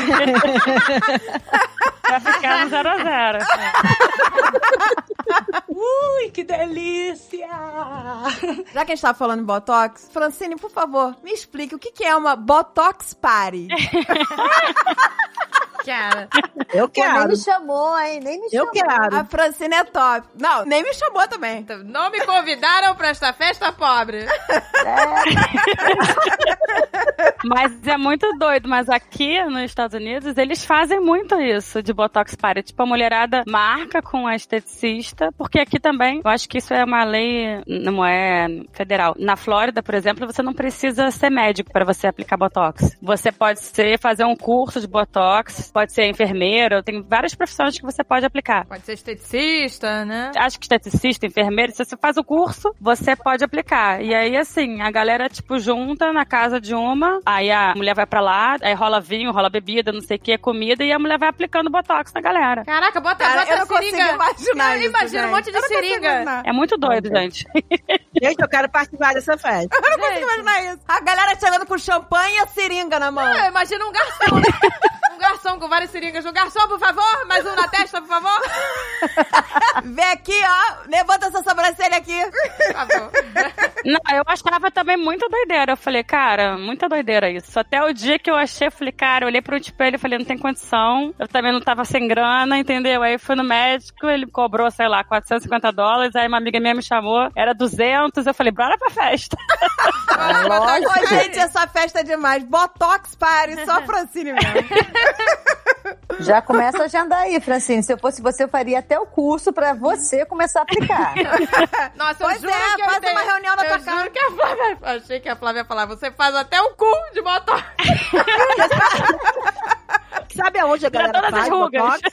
[SPEAKER 3] pra ficar no zero a zero.
[SPEAKER 6] Ui, que delícia!
[SPEAKER 2] Já que a gente tava falando em Botox, Francine, por favor, me explique o que, que é uma Botox Party.
[SPEAKER 1] Cara,
[SPEAKER 4] Eu
[SPEAKER 5] Pô, nem
[SPEAKER 4] quero.
[SPEAKER 5] me chamou, hein? Nem me
[SPEAKER 4] Eu
[SPEAKER 5] chamou.
[SPEAKER 4] quero.
[SPEAKER 2] A Francine é top. Não, nem me chamou também.
[SPEAKER 1] não me convidaram pra esta festa pobre.
[SPEAKER 3] Mas é muito doido. Mas aqui nos Estados Unidos, eles fazem muito isso de Botox Party. Tipo, a mulherada marca com a esteticista, porque aqui também, eu acho que isso é uma lei, não é federal. Na Flórida, por exemplo, você não precisa ser médico para você aplicar Botox. Você pode ser, fazer um curso de Botox, pode ser enfermeira, tem várias profissões que você pode aplicar.
[SPEAKER 1] Pode ser esteticista, né?
[SPEAKER 3] acho que esteticista, enfermeiro, se você faz o curso, você pode aplicar. E aí, assim, a galera, tipo, junta na casa de uma, aí a mulher vai pra lá, aí rola vinho, rola bebida, não sei o que, comida, e a mulher vai aplicando botox na galera.
[SPEAKER 1] Caraca, bota
[SPEAKER 2] Cara,
[SPEAKER 1] bota
[SPEAKER 2] eu não
[SPEAKER 1] seringa.
[SPEAKER 2] consigo imaginar
[SPEAKER 1] Cara,
[SPEAKER 2] isso,
[SPEAKER 1] imagina um
[SPEAKER 2] gente.
[SPEAKER 1] monte de
[SPEAKER 2] Eu não consigo
[SPEAKER 1] seringa.
[SPEAKER 2] imaginar.
[SPEAKER 3] É muito doido, gente.
[SPEAKER 4] Gente, eu quero participar dessa festa.
[SPEAKER 2] Eu não consigo imaginar isso. A galera chegando com champanhe e a seringa na <laughs> mão.
[SPEAKER 1] Ah, imagina um garçom. um garçom com várias seringas. Um garçom, por favor, mais um na testa, por favor.
[SPEAKER 2] Vem aqui, ó. Levanta essa sobrancelha aqui.
[SPEAKER 1] Por favor.
[SPEAKER 3] Não, eu achava também muita doideira. Eu falei, cara, muita doideira isso. Até o dia que eu achei, eu falei, cara, eu olhei pro espelho e falei, não tem condição. Eu também não tava sem grana, entendeu? Aí fui no médico, ele cobrou, sei lá, 450 dólares. Aí uma amiga minha me chamou, era 200. Eu falei, bora pra festa.
[SPEAKER 5] Ah,
[SPEAKER 2] Ô, gente, essa festa é demais. Botox Party, <laughs> só a Francine mesmo.
[SPEAKER 5] Já começa a agendar aí, Francine. Se eu fosse você, eu faria até o curso pra você começar
[SPEAKER 3] <laughs>
[SPEAKER 5] a aplicar.
[SPEAKER 1] Nossa, eu
[SPEAKER 2] Pois
[SPEAKER 1] juro
[SPEAKER 2] é,
[SPEAKER 1] que eu
[SPEAKER 2] faz
[SPEAKER 1] dei-
[SPEAKER 2] uma reunião na
[SPEAKER 1] eu
[SPEAKER 2] tua
[SPEAKER 1] juro
[SPEAKER 2] casa.
[SPEAKER 1] que a Flávia... Achei que a Flávia ia falar, você faz até o cu de botox.
[SPEAKER 4] Sabe aonde a
[SPEAKER 3] Pra
[SPEAKER 4] galera
[SPEAKER 3] todas as
[SPEAKER 4] faz
[SPEAKER 3] rugas.
[SPEAKER 4] botox?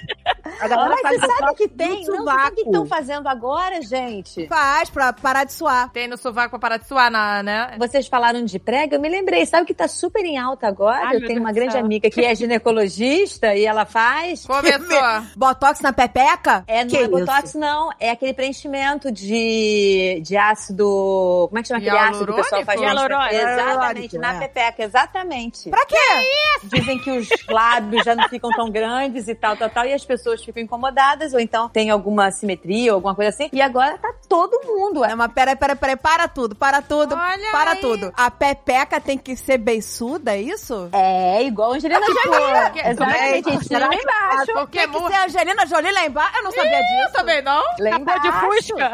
[SPEAKER 4] A galera
[SPEAKER 5] Mas você
[SPEAKER 4] faz
[SPEAKER 5] sabe
[SPEAKER 4] botox
[SPEAKER 5] que tem?
[SPEAKER 4] no
[SPEAKER 5] Não, sabe o que
[SPEAKER 4] sovaco.
[SPEAKER 5] estão fazendo agora, gente?
[SPEAKER 2] Faz pra parar de suar.
[SPEAKER 1] Tem no sovaco pra parar de suar,
[SPEAKER 2] <laughs>
[SPEAKER 1] na, né?
[SPEAKER 5] Vocês falaram de prega, eu me lembrei. Sabe o que tá super em alta agora?
[SPEAKER 3] Ai,
[SPEAKER 5] eu
[SPEAKER 3] meu
[SPEAKER 5] tenho
[SPEAKER 3] Deus
[SPEAKER 5] uma
[SPEAKER 3] do
[SPEAKER 5] grande
[SPEAKER 3] céu.
[SPEAKER 5] amiga que é ginecologista e ela faz.
[SPEAKER 1] Começou.
[SPEAKER 2] Botox na pepeca?
[SPEAKER 5] É, não
[SPEAKER 4] Que
[SPEAKER 5] é
[SPEAKER 4] isso?
[SPEAKER 5] botox, não. É aquele preenchimento de, de ácido. Como é que chama aquele ácido que o pessoal faz?
[SPEAKER 3] Hialurônico?
[SPEAKER 5] na- Exatamente,
[SPEAKER 4] Hialurônico,
[SPEAKER 5] na
[SPEAKER 4] é.
[SPEAKER 5] pepeca, exatamente.
[SPEAKER 2] Pra quê?
[SPEAKER 5] Dizem que os lábios já não ficam tão grandes e tal, tal, tal, e as pessoas ficam incomodadas, ou então tem alguma simetria, alguma coisa assim. E agora tá todo mundo.
[SPEAKER 2] É uma pera, pera, pera, para tudo, para tudo,
[SPEAKER 1] Olha
[SPEAKER 2] para
[SPEAKER 1] aí.
[SPEAKER 2] tudo. A pepeca tem que ser beiçuda, é isso?
[SPEAKER 5] É, igual a Angelina Jolie. Exatamente,
[SPEAKER 1] Também.
[SPEAKER 5] a gente lá embaixo.
[SPEAKER 1] Porque
[SPEAKER 2] Tem que
[SPEAKER 1] mu-
[SPEAKER 2] ser a Angelina Jolie lá embaixo? Eu não sabia
[SPEAKER 1] Eu
[SPEAKER 2] disso.
[SPEAKER 1] também não.
[SPEAKER 5] Lá
[SPEAKER 3] Capô de
[SPEAKER 5] embaixo.
[SPEAKER 3] fusca.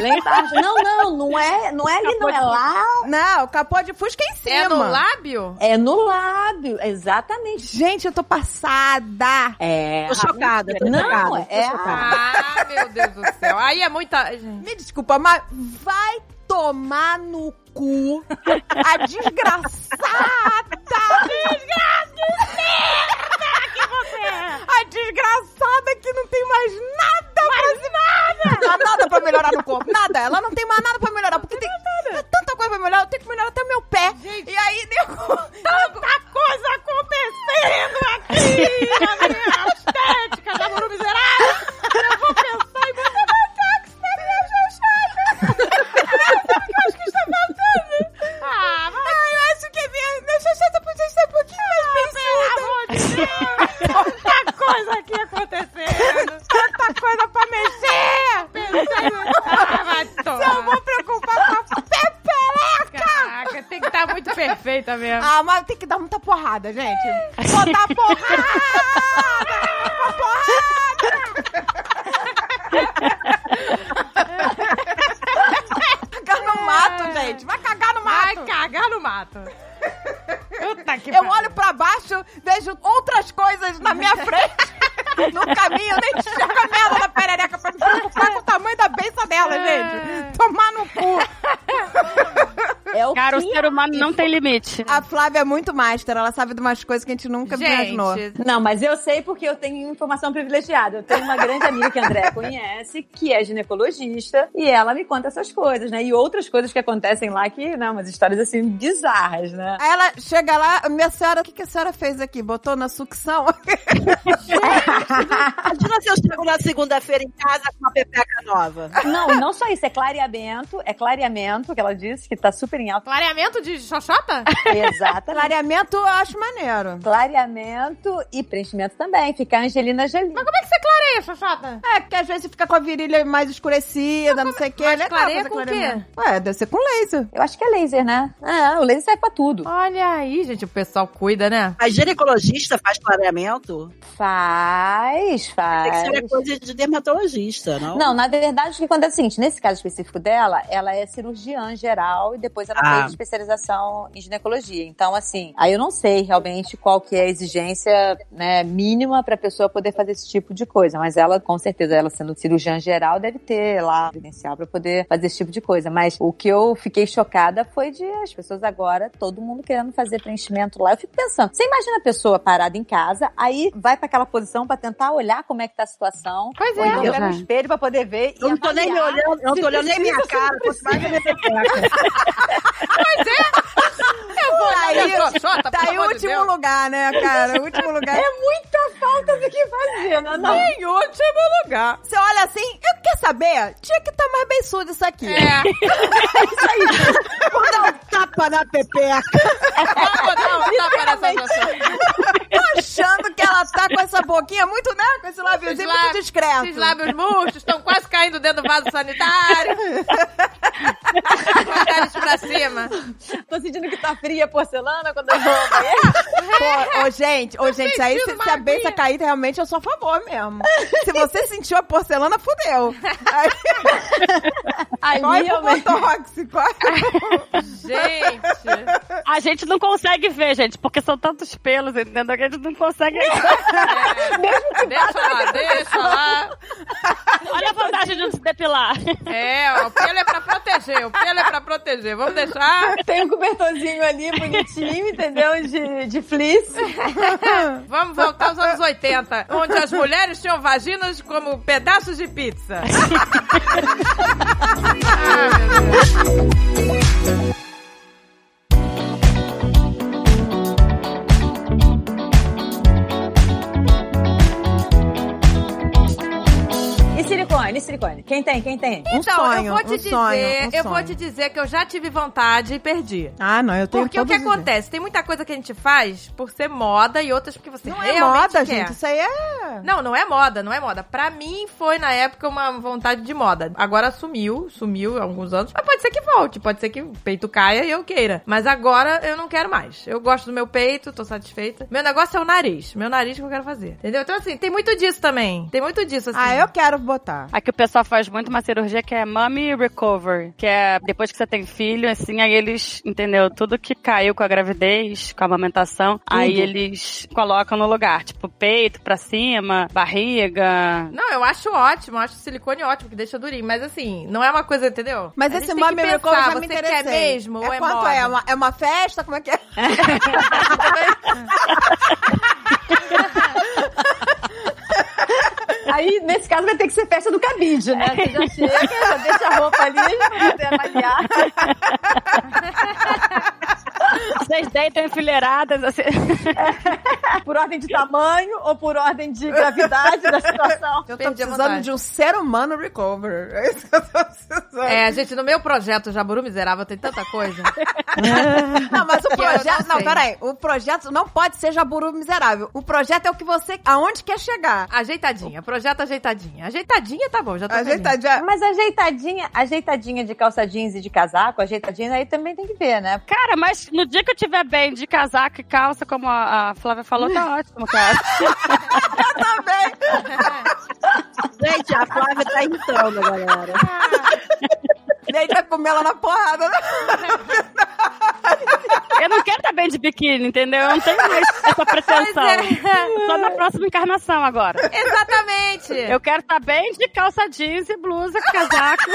[SPEAKER 5] Lá embaixo. Não, não, não é, não é ali, não é lá.
[SPEAKER 2] Não, capô de fusca é em cima.
[SPEAKER 1] É no lábio?
[SPEAKER 5] É no lábio, exatamente.
[SPEAKER 2] Gente, eu tô passada.
[SPEAKER 5] É.
[SPEAKER 4] Tô chocada, tô
[SPEAKER 5] Não,
[SPEAKER 4] chocada. tô
[SPEAKER 5] é a-
[SPEAKER 4] chocada.
[SPEAKER 1] Ah, meu Deus do céu. Aí é muita... gente.
[SPEAKER 2] Me desculpa, mas vai tomar no cu a <laughs> desgraçada! A desgraçada que não tem mais nada mais nada! Não há nada pra melhorar no corpo, nada! Ela não tem mais nada pra melhorar, porque tem é tanta coisa pra melhorar, eu tenho que melhorar até meu pé! E aí, <laughs> nego, tanta coisa acontecendo aqui! na <laughs> minha estética, já vou miserável! Eu vou pensar em você botox na minha Ah, mas... eu acho que a minha, minha xoxota podia ser um pouquinho mais pensuda.
[SPEAKER 1] Quanta coisa aqui acontecendo.
[SPEAKER 2] Tanta coisa pra mexer.
[SPEAKER 1] Ah, vai
[SPEAKER 2] Eu
[SPEAKER 1] tomar.
[SPEAKER 2] vou preocupar com a pepeleca.
[SPEAKER 1] Caraca, tem que estar muito perfeita mesmo.
[SPEAKER 2] Ah, mas tem que dar muita porrada, gente. Botar porrada. Uma porrada. Cagar no mato, gente. É. Vai cagar no mato.
[SPEAKER 1] Vai cagar no mato. Puta que
[SPEAKER 2] Eu
[SPEAKER 1] pariu.
[SPEAKER 2] olho pra baixo, vejo outras coisas na minha frente. No caminho, nem enxergo a merda da perereca pra me preocupar com o tamanho da benção dela, gente. Tomar no cu.
[SPEAKER 5] É o
[SPEAKER 3] Cara, o
[SPEAKER 5] que-
[SPEAKER 3] ser humano não tem limite.
[SPEAKER 2] A Flávia é muito master, ela sabe de umas coisas que a gente nunca imaginou.
[SPEAKER 1] Gente,
[SPEAKER 5] Não, mas eu sei porque eu tenho informação privilegiada. Eu tenho uma grande amiga que a André conhece, que é ginecologista, e ela me conta essas coisas, né? E outras coisas que acontecem lá que, né, umas histórias assim bizarras, né?
[SPEAKER 2] Aí ela chega lá, minha senhora, o que, que a senhora fez aqui? Botou na sucção? <laughs>
[SPEAKER 4] Imagina se eu chego na segunda-feira em casa com uma pepeca nova.
[SPEAKER 5] Não, e não só isso, é clareamento, é clareamento, que ela disse que tá super <laughs> em alta.
[SPEAKER 1] Clareamento de xoxota?
[SPEAKER 5] Exatamente.
[SPEAKER 2] Clareamento eu acho maneiro.
[SPEAKER 5] Clareamento e preenchimento também. Fica a Angelina Jolie.
[SPEAKER 1] Como é que você clareia, xoxota?
[SPEAKER 2] É, porque às vezes fica com a virilha mais escurecida, não sei o quê. É legal
[SPEAKER 1] clareia
[SPEAKER 2] fazer
[SPEAKER 1] com o quê?
[SPEAKER 2] clareamento. Ué, deve ser com laser.
[SPEAKER 5] Eu acho que é laser, né? Ah, o laser serve pra tudo.
[SPEAKER 1] Olha aí, gente, o pessoal cuida, né?
[SPEAKER 4] A ginecologista faz clareamento?
[SPEAKER 5] Faz,
[SPEAKER 4] Tem que
[SPEAKER 5] faz.
[SPEAKER 4] ser uma coisa de dermatologista, não?
[SPEAKER 5] É. Não, na verdade, o que acontece é o seguinte: nesse caso específico dela, ela é cirurgiã geral e depois ela
[SPEAKER 4] Ah.
[SPEAKER 5] fez especialização em ginecologia. Então, assim, aí eu não sei realmente qual que é a exigência né, mínima pra pessoa poder fazer esse tipo de coisa. Mas ela, com certeza, ela sendo cirurgiã geral, deve ter lá credencial pra poder fazer esse tipo de coisa. Mas o que eu fiquei chocada foi de as pessoas agora, todo mundo querendo fazer preenchimento lá. Eu fico pensando, você imagina a pessoa parada em casa, aí vai pra aquela posição pra tentar olhar como é que tá a situação.
[SPEAKER 1] Pois
[SPEAKER 5] Ou então
[SPEAKER 1] é.
[SPEAKER 5] pega no
[SPEAKER 3] É.
[SPEAKER 5] espelho pra poder ver.
[SPEAKER 4] Eu
[SPEAKER 5] e
[SPEAKER 4] não tô nem me
[SPEAKER 5] avaliar.
[SPEAKER 4] olhando, eu não
[SPEAKER 5] se
[SPEAKER 4] tô olhando nem
[SPEAKER 5] <laughs>
[SPEAKER 4] minha
[SPEAKER 5] precisa, um
[SPEAKER 4] cara, quanto mais a minha pepeca.
[SPEAKER 2] <laughs>
[SPEAKER 4] é.
[SPEAKER 1] Eu vou
[SPEAKER 2] Tá aí,
[SPEAKER 1] xoxota,
[SPEAKER 2] Tá aí o último lugar, né, <laughs> cara? O último lugar.
[SPEAKER 5] É muita falta do que fazer,
[SPEAKER 1] é
[SPEAKER 5] né? Não.
[SPEAKER 1] Em último lugar.
[SPEAKER 2] Você olha assim, eu quer saber? Tinha que estar tá mais beiçudo isso aqui.
[SPEAKER 1] É,
[SPEAKER 2] <laughs>
[SPEAKER 4] Vou dar um tapa na pepeca.
[SPEAKER 1] vou dar um tapa nessa xoxota.
[SPEAKER 2] Tô achando que ela tá com essa boquinha muito, né? Com esse
[SPEAKER 1] Esses
[SPEAKER 2] lábiozinho
[SPEAKER 1] lá-
[SPEAKER 2] muito discreto.
[SPEAKER 1] Esses lábios murchos estão quase caindo dentro do
[SPEAKER 2] <laughs>
[SPEAKER 1] vaso sanitário. Botar eles pra cima.
[SPEAKER 5] Tô sentindo que tá fria a porcelana quando eu vou ao banheiro.
[SPEAKER 2] Pô, ô, gente, ô, gente, se aí se,
[SPEAKER 1] sentindo
[SPEAKER 2] se a
[SPEAKER 1] uma
[SPEAKER 2] benção
[SPEAKER 1] aguinha.
[SPEAKER 2] cair, realmente eu sou a favor mesmo. Se você sentiu a porcelana, fudeu.
[SPEAKER 1] <laughs>
[SPEAKER 2] Aí,
[SPEAKER 5] Aí,
[SPEAKER 2] corre pro
[SPEAKER 5] realmente-
[SPEAKER 2] botox, é? corre.
[SPEAKER 1] Gente. é,
[SPEAKER 3] A gente não consegue ver, gente, porque são tantos pelos, entendeu? Que a gente não consegue.
[SPEAKER 1] Deixa lá, deixa lá.
[SPEAKER 3] <laughs> Olha a vantagem de não se depilar.
[SPEAKER 1] É, ó, o pelo é pra proteger. O pelo é pra proteger. Vamos deixar.
[SPEAKER 5] Tem um cobertorzinho ali, bonitinho, entendeu? De, de fleece.
[SPEAKER 1] Vamos voltar aos anos 80, onde as mulheres tinham vaginas como pedaços de
[SPEAKER 2] <laughs>
[SPEAKER 1] pizza. Ah, meu Deus.
[SPEAKER 5] E silicone, e silicone? Quem tem, quem tem?
[SPEAKER 2] Um
[SPEAKER 1] Então,
[SPEAKER 2] sonho,
[SPEAKER 1] eu vou te
[SPEAKER 2] um
[SPEAKER 1] dizer,
[SPEAKER 2] sonho, um
[SPEAKER 1] eu vou
[SPEAKER 2] sonho.
[SPEAKER 1] te dizer que eu já tive vontade e perdi.
[SPEAKER 2] Ah, não, eu tenho
[SPEAKER 1] Porque o que
[SPEAKER 2] todos os-
[SPEAKER 1] acontece? Tem muita coisa que a gente faz por ser moda e outras porque você
[SPEAKER 2] Não é
[SPEAKER 1] realmente
[SPEAKER 2] moda,
[SPEAKER 1] quer.
[SPEAKER 2] gente. Isso aí é.
[SPEAKER 1] Não, não é moda, não é moda. Pra mim foi na época uma vontade de moda. Agora sumiu, sumiu há alguns anos. Mas pode ser que volte, pode ser que o peito caia e eu queira. Mas agora eu não quero mais. Eu gosto do meu peito, tô satisfeita. Meu negócio é o nariz, meu nariz que eu quero fazer. Entendeu? Então assim, tem muito disso também. Tem muito disso assim.
[SPEAKER 2] Ah, eu quero botar.
[SPEAKER 3] Aqui o pessoal faz muito uma cirurgia que é mommy recovery, que é depois que você tem filho, assim, aí eles, entendeu? Tudo que caiu com a gravidez, com a amamentação, aí eles colocam no lugar, tipo peito pra cima, barriga.
[SPEAKER 1] Não, eu acho ótimo, eu acho silicone ótimo, que deixa durinho. Mas assim, não é uma coisa, entendeu?
[SPEAKER 2] Mas
[SPEAKER 1] A gente
[SPEAKER 2] esse
[SPEAKER 1] tem que
[SPEAKER 2] mami
[SPEAKER 1] pensar,
[SPEAKER 2] recover já me
[SPEAKER 1] Você
[SPEAKER 2] interessei.
[SPEAKER 1] quer mesmo? ou
[SPEAKER 2] É
[SPEAKER 1] é
[SPEAKER 2] quanto
[SPEAKER 1] moda?
[SPEAKER 2] é? Uma, é uma festa? Como é que é?
[SPEAKER 5] Aí, nesse caso, vai ter que ser festa do cabide, né? Você já chega, já deixa a roupa ali, pra poder avaliar.
[SPEAKER 3] Vocês deitam enfileiradas, assim.
[SPEAKER 5] Por ordem de tamanho ou por ordem de gravidade da situação.
[SPEAKER 2] Eu tô
[SPEAKER 1] Perdi a
[SPEAKER 2] precisando
[SPEAKER 1] vontade.
[SPEAKER 2] de um ser humano recover. É isso que eu tô precisando.
[SPEAKER 1] É, gente, no meu projeto Jaburu Miserável tem tanta
[SPEAKER 2] <laughs>
[SPEAKER 1] coisa.
[SPEAKER 2] Não, mas o
[SPEAKER 1] Que <laughs> eu não
[SPEAKER 2] projeto. Não,
[SPEAKER 1] sei.
[SPEAKER 2] peraí. O projeto não pode ser jaburu miserável. O projeto é o que você. aonde quer chegar.
[SPEAKER 1] ajeitadinha, projeto ajeitadinha. Ajeitadinha tá bom, já tô feliz.
[SPEAKER 2] Ajeitadinha.
[SPEAKER 5] Mas ajeitadinha, ajeitadinha de calça jeans e de casaco, ajeitadinha aí também tem que ver, né?
[SPEAKER 3] Cara, mas no dia que eu tiver bem de casaca e calça, como
[SPEAKER 4] <laughs>
[SPEAKER 3] a a Flávia falou, tá ótimo, cara.
[SPEAKER 2] Também.
[SPEAKER 3] Já
[SPEAKER 4] Gente, a Flávia tá irritando, galera.
[SPEAKER 2] Ele vai comer ela tá na porrada. né?
[SPEAKER 3] Eu não quero estar bem de biquíni, entendeu? Eu não tenho mais essa pretensão.
[SPEAKER 1] Pois
[SPEAKER 4] é.
[SPEAKER 3] Só na próxima encarnação agora.
[SPEAKER 1] Exatamente.
[SPEAKER 3] Eu quero estar bem de calça jeans e blusa, casaco.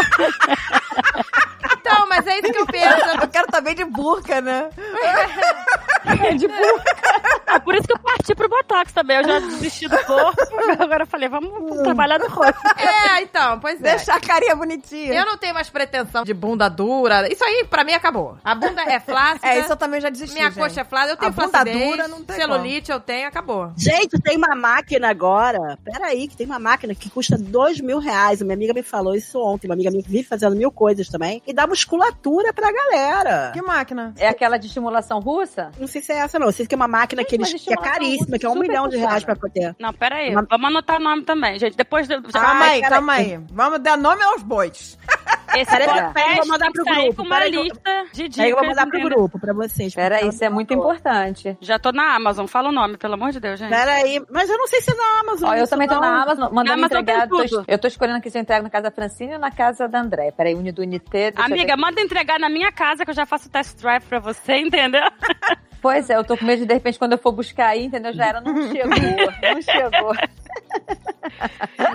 [SPEAKER 1] Então, mas é isso que eu penso.
[SPEAKER 2] <laughs> Eu quero também de burca, né?
[SPEAKER 3] de burca. Ah, por isso que eu parti pro Botox também. Eu já desisti do corpo. Agora eu falei, vamos trabalhar no rosto.
[SPEAKER 1] É, então, pois é.
[SPEAKER 2] Deixar a carinha bonitinha.
[SPEAKER 1] Eu não tenho mais pretensão de bunda dura. Isso aí, pra mim, acabou. A bunda é flácida.
[SPEAKER 2] É, isso eu também já desisti,
[SPEAKER 1] Minha
[SPEAKER 2] gente.
[SPEAKER 1] coxa é flácida, eu tenho
[SPEAKER 2] A bunda
[SPEAKER 1] flacidez,
[SPEAKER 2] dura não tem
[SPEAKER 1] celulite eu tenho, acabou.
[SPEAKER 4] Gente, tem uma máquina agora. Peraí, que tem uma máquina que custa dois mil reais. Minha amiga me falou isso ontem. Uma amiga minha que vive fazendo mil coisas também. E dá musculatura pra galera.
[SPEAKER 2] Que máquina?
[SPEAKER 5] É aquela de estimulação russa?
[SPEAKER 4] Não sei se é essa, não. Eu sei que é uma máquina que,
[SPEAKER 5] mas
[SPEAKER 4] eles, que é
[SPEAKER 5] estimulação
[SPEAKER 4] caríssima, que é um
[SPEAKER 5] super
[SPEAKER 4] milhão de
[SPEAKER 5] funciona.
[SPEAKER 4] reais pra poder.
[SPEAKER 3] Não, peraí.
[SPEAKER 4] Uma-
[SPEAKER 3] Vamos anotar o nome também, gente. Depois do.
[SPEAKER 2] Calma aí,
[SPEAKER 4] cara,
[SPEAKER 2] calma aí. Vamos dar nome aos bois.
[SPEAKER 3] Esse
[SPEAKER 4] Peraí,
[SPEAKER 3] podcast
[SPEAKER 4] eu vou mandar
[SPEAKER 3] tem que
[SPEAKER 4] pro
[SPEAKER 3] sair
[SPEAKER 4] grupo,
[SPEAKER 3] com uma
[SPEAKER 4] peraí que eu-
[SPEAKER 3] lista de dicas.
[SPEAKER 4] Aí eu vou mandar pro
[SPEAKER 3] entendeu?
[SPEAKER 4] grupo, pra vocês.
[SPEAKER 5] Peraí,
[SPEAKER 4] Então,
[SPEAKER 5] isso é muito importante.
[SPEAKER 3] Já tô na Amazon. Fala o nome, pelo amor de Deus, gente.
[SPEAKER 4] Peraí, mas eu não sei se é na Amazon.
[SPEAKER 5] Ó, eu
[SPEAKER 4] isso
[SPEAKER 5] também tô
[SPEAKER 4] não.
[SPEAKER 5] na Amazon, mandando
[SPEAKER 3] Na Amazon
[SPEAKER 5] entregar.
[SPEAKER 3] tem
[SPEAKER 5] tô-
[SPEAKER 3] tudo.
[SPEAKER 5] eu tô escolhendo aqui se eu entrego na casa da Francine ou na casa da André. Peraí, Uni do Unité. deixa eu
[SPEAKER 3] Amiga,
[SPEAKER 5] ver.
[SPEAKER 3] manda entregar na minha casa que eu já faço test drive pra você, entendeu?
[SPEAKER 5] Pois é, eu tô com medo de, de repente, quando eu for buscar aí, entendeu? Já
[SPEAKER 3] <laughs>
[SPEAKER 5] era, não chegou, não chegou.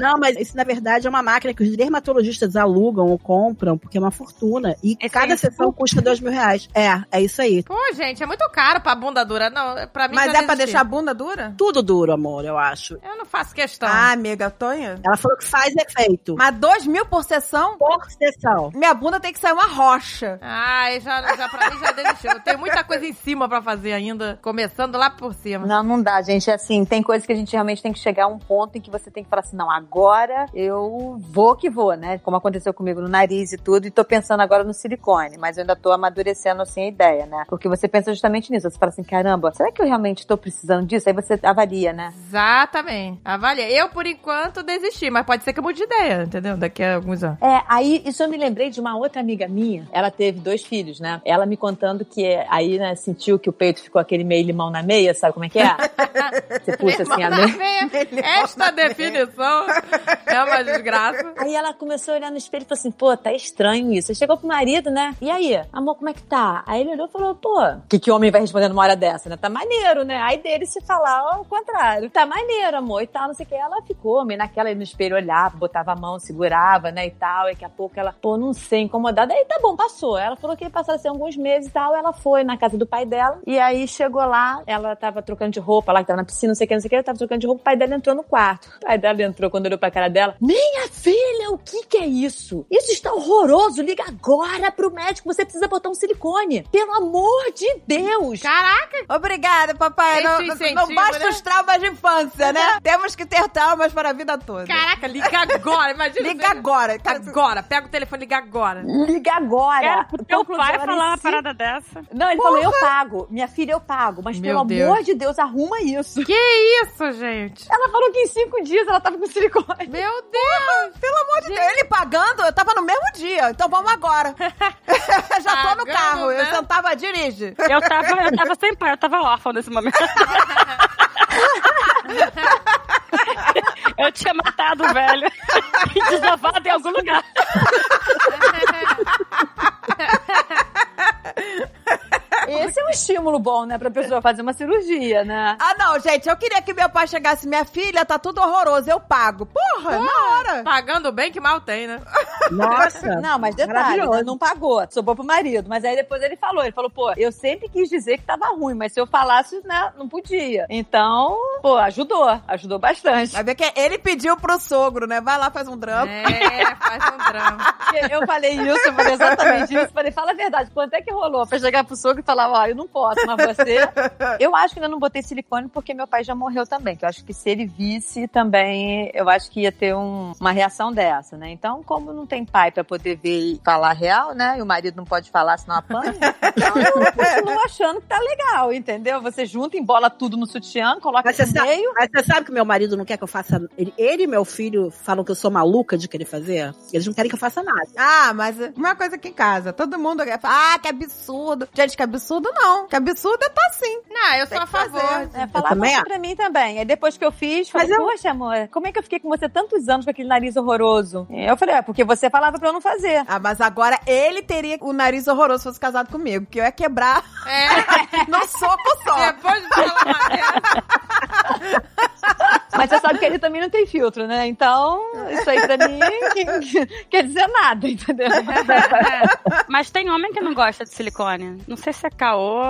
[SPEAKER 4] Não, mas isso na verdade é uma máquina que os dermatologistas alugam ou compram, porque é uma fortuna. E
[SPEAKER 3] Esse
[SPEAKER 4] cada
[SPEAKER 3] é isso?
[SPEAKER 4] sessão custa dois mil reais. É, é isso aí.
[SPEAKER 1] Pô, gente, é muito caro pra bunda dura. Não, pra mim tá
[SPEAKER 2] Mas
[SPEAKER 1] já
[SPEAKER 2] é pra
[SPEAKER 1] desisti.
[SPEAKER 2] deixar a bunda dura?
[SPEAKER 4] Tudo duro, amor, eu acho.
[SPEAKER 1] Eu não faço questão.
[SPEAKER 2] Ah, amiga, Tonha.
[SPEAKER 4] Ela falou que faz efeito.
[SPEAKER 2] Mas dois mil por sessão?
[SPEAKER 4] Por sessão.
[SPEAKER 2] Minha bunda tem que sair uma rocha.
[SPEAKER 1] Ai, já, já pra mim já desistiu. Tem muita coisa em cima pra fazer ainda, começando lá por cima.
[SPEAKER 5] Não, não dá, gente. É Assim, tem coisa que a gente realmente tem que chegar a um ponto em que você tem que falar assim, não, agora eu vou que vou, né? Como aconteceu comigo no nariz e tudo, e tô pensando agora no silicone, mas eu ainda tô amadurecendo, assim, a ideia, né? Porque você pensa justamente nisso, você fala assim, caramba, será que eu realmente tô precisando disso? Aí você avalia, né?
[SPEAKER 1] Exatamente. Avalia. Eu, por enquanto, desisti, mas pode ser que eu mude de ideia, entendeu? Daqui a alguns anos.
[SPEAKER 5] É, aí isso eu me lembrei de uma outra amiga minha. Ela teve dois filhos, né? Ela me contando que é, aí, né, sentiu que o peito ficou aquele meio limão na meia, sabe como é que é? Você puxa assim a meia.
[SPEAKER 1] Esta definição é uma desgraça.
[SPEAKER 5] Aí ela começou a olhar no espelho e falou assim: pô, tá estranho isso. Aí chegou pro marido, né? E aí, amor, como é que tá? Aí ele olhou e falou: pô, o que, que homem vai respondendo numa hora dessa, né? Tá maneiro, né? Aí dele se falar ao contrário: tá maneiro, amor, e tal, não sei o que. Ela ficou, meio naquela aí no espelho olhava, botava a mão, segurava, né, e tal. E daqui a pouco ela, pô, não sei, incomodada. Aí tá bom, passou. Ela falou que passaram assim, alguns meses e tal. Ela foi na casa do pai dela. E aí chegou lá, ela tava trocando de roupa lá, que tava na piscina, não sei o que, não sei o que. Ela tava trocando de roupa, o pai dela entrou no quarto. O pai dela entrou quando olhou pra cara dela. Minha filha, o que que é isso? Isso está horroroso. Liga agora pro médico. Você precisa botar um silicone. Pelo amor de Deus.
[SPEAKER 1] Caraca,
[SPEAKER 2] Obrigada, papai.
[SPEAKER 1] Esse
[SPEAKER 2] Não,
[SPEAKER 1] incentivo,
[SPEAKER 2] não basta
[SPEAKER 1] né? Uhum.
[SPEAKER 2] os traumas de infância, né? Temos que ter traumas para a vida toda.
[SPEAKER 1] caraca, liga agora. Imagina.
[SPEAKER 2] Liga
[SPEAKER 1] você-
[SPEAKER 2] agora. Cara,
[SPEAKER 1] Agora, pega o telefone e liga agora.
[SPEAKER 5] Liga agora.
[SPEAKER 3] Cara, pro teu
[SPEAKER 5] Conclusão,
[SPEAKER 3] pai
[SPEAKER 5] ela
[SPEAKER 3] falar uma
[SPEAKER 5] insiste.
[SPEAKER 3] parada dessa.
[SPEAKER 5] Não, ele falou, eu pago. Minha filha, eu pago. Mas
[SPEAKER 1] Meu
[SPEAKER 5] pelo
[SPEAKER 1] Deus.
[SPEAKER 5] amor de Deus, arruma isso.
[SPEAKER 1] Isso, gente.
[SPEAKER 5] Ela falou que em cinco dias ela tava com silicone.
[SPEAKER 3] <laughs>
[SPEAKER 1] Meu Deus.
[SPEAKER 2] <laughs> Ele pagando, eu tava no mesmo dia. Então vamos
[SPEAKER 1] <laughs>
[SPEAKER 2] agora. <laughs> Já tô no
[SPEAKER 1] Pagando,
[SPEAKER 2] carro. Eu
[SPEAKER 1] né?
[SPEAKER 2] sentava, dirige.
[SPEAKER 3] Eu tava, eu tava sem pai, eu tava órfão nesse momento. Eu tinha matado o velho e desovado em algum lugar.
[SPEAKER 5] Esse é um estímulo bom, né, pra pessoa fazer uma cirurgia, né?
[SPEAKER 2] Ah, não, gente. Eu queria que meu pai chegasse. Minha filha, tá tudo horroroso. Eu pago. Porra, na hora.
[SPEAKER 1] Pagando bem que mal tem, né?
[SPEAKER 4] Nossa.
[SPEAKER 5] Não, mas detalhe,
[SPEAKER 4] Maravilhoso.
[SPEAKER 5] né, não pagou, sobrou pro marido. Mas aí depois ele falou, ele falou, pô, eu sempre quis dizer que tava ruim, mas se eu falasse, né, não podia. Então, pô, ajudou, ajudou bastante.
[SPEAKER 2] Vai ver que ele pediu pro sogro, né? Vai lá, faz um drama.
[SPEAKER 1] É, faz um drama.
[SPEAKER 5] Eu falei isso, eu falei exatamente isso. Falei, fala a verdade, quanto é que rolou? Pra chegar pro sogro e falar, ó, eu não posso,
[SPEAKER 4] <laughs>
[SPEAKER 5] mas você... Eu acho que ainda não botei silicone porque meu pai já morreu também, que eu acho que se ele visse também, eu acho que ia ter um- uma reação dessa, né? Então, como não tem pai pra poder ver e falar real, né? E o marido não pode falar
[SPEAKER 4] <laughs>
[SPEAKER 5] senão apanha, então eu continuo achando que tá legal, entendeu? Você junta, embola tudo no sutiã, coloca
[SPEAKER 4] Mas você,
[SPEAKER 5] no
[SPEAKER 4] sabe,
[SPEAKER 5] meio...
[SPEAKER 4] mas você sabe que meu marido não quer que eu faça. Ele, ele e meu filho falam que eu sou maluca de querer fazer. Eles não querem que eu faça nada.
[SPEAKER 2] Ah, mas uma coisa aqui em casa, todo mundo fala, ah, que absurdo. Gente, que absurdo não. Que absurdo é tá assim.
[SPEAKER 1] Não, eu
[SPEAKER 2] Tem
[SPEAKER 1] sou a
[SPEAKER 2] que
[SPEAKER 1] favor.
[SPEAKER 2] fazer.
[SPEAKER 5] É, falaram
[SPEAKER 4] também
[SPEAKER 5] isso
[SPEAKER 4] acho.
[SPEAKER 5] pra mim também. Aí depois que eu fiz, falei,
[SPEAKER 4] Mas eu-
[SPEAKER 5] poxa, amor, como é que eu fiquei com você tantos anos com aquele nariz horroroso? E eu falei, é, porque você falava pra eu não fazer.
[SPEAKER 2] Ah, mas agora ele teria o nariz horroroso se fosse casado comigo, que eu ia
[SPEAKER 1] <laughs>
[SPEAKER 2] quebrar
[SPEAKER 1] É,
[SPEAKER 2] no soco só.
[SPEAKER 1] depois de falar uma dessa,
[SPEAKER 5] Mas você sabe que ele também não tem filtro, né? Então, isso aí pra mim <laughs> que- quer dizer nada, entendeu?
[SPEAKER 3] Mas tem homem que não gosta de silicone. Não sei se é caô.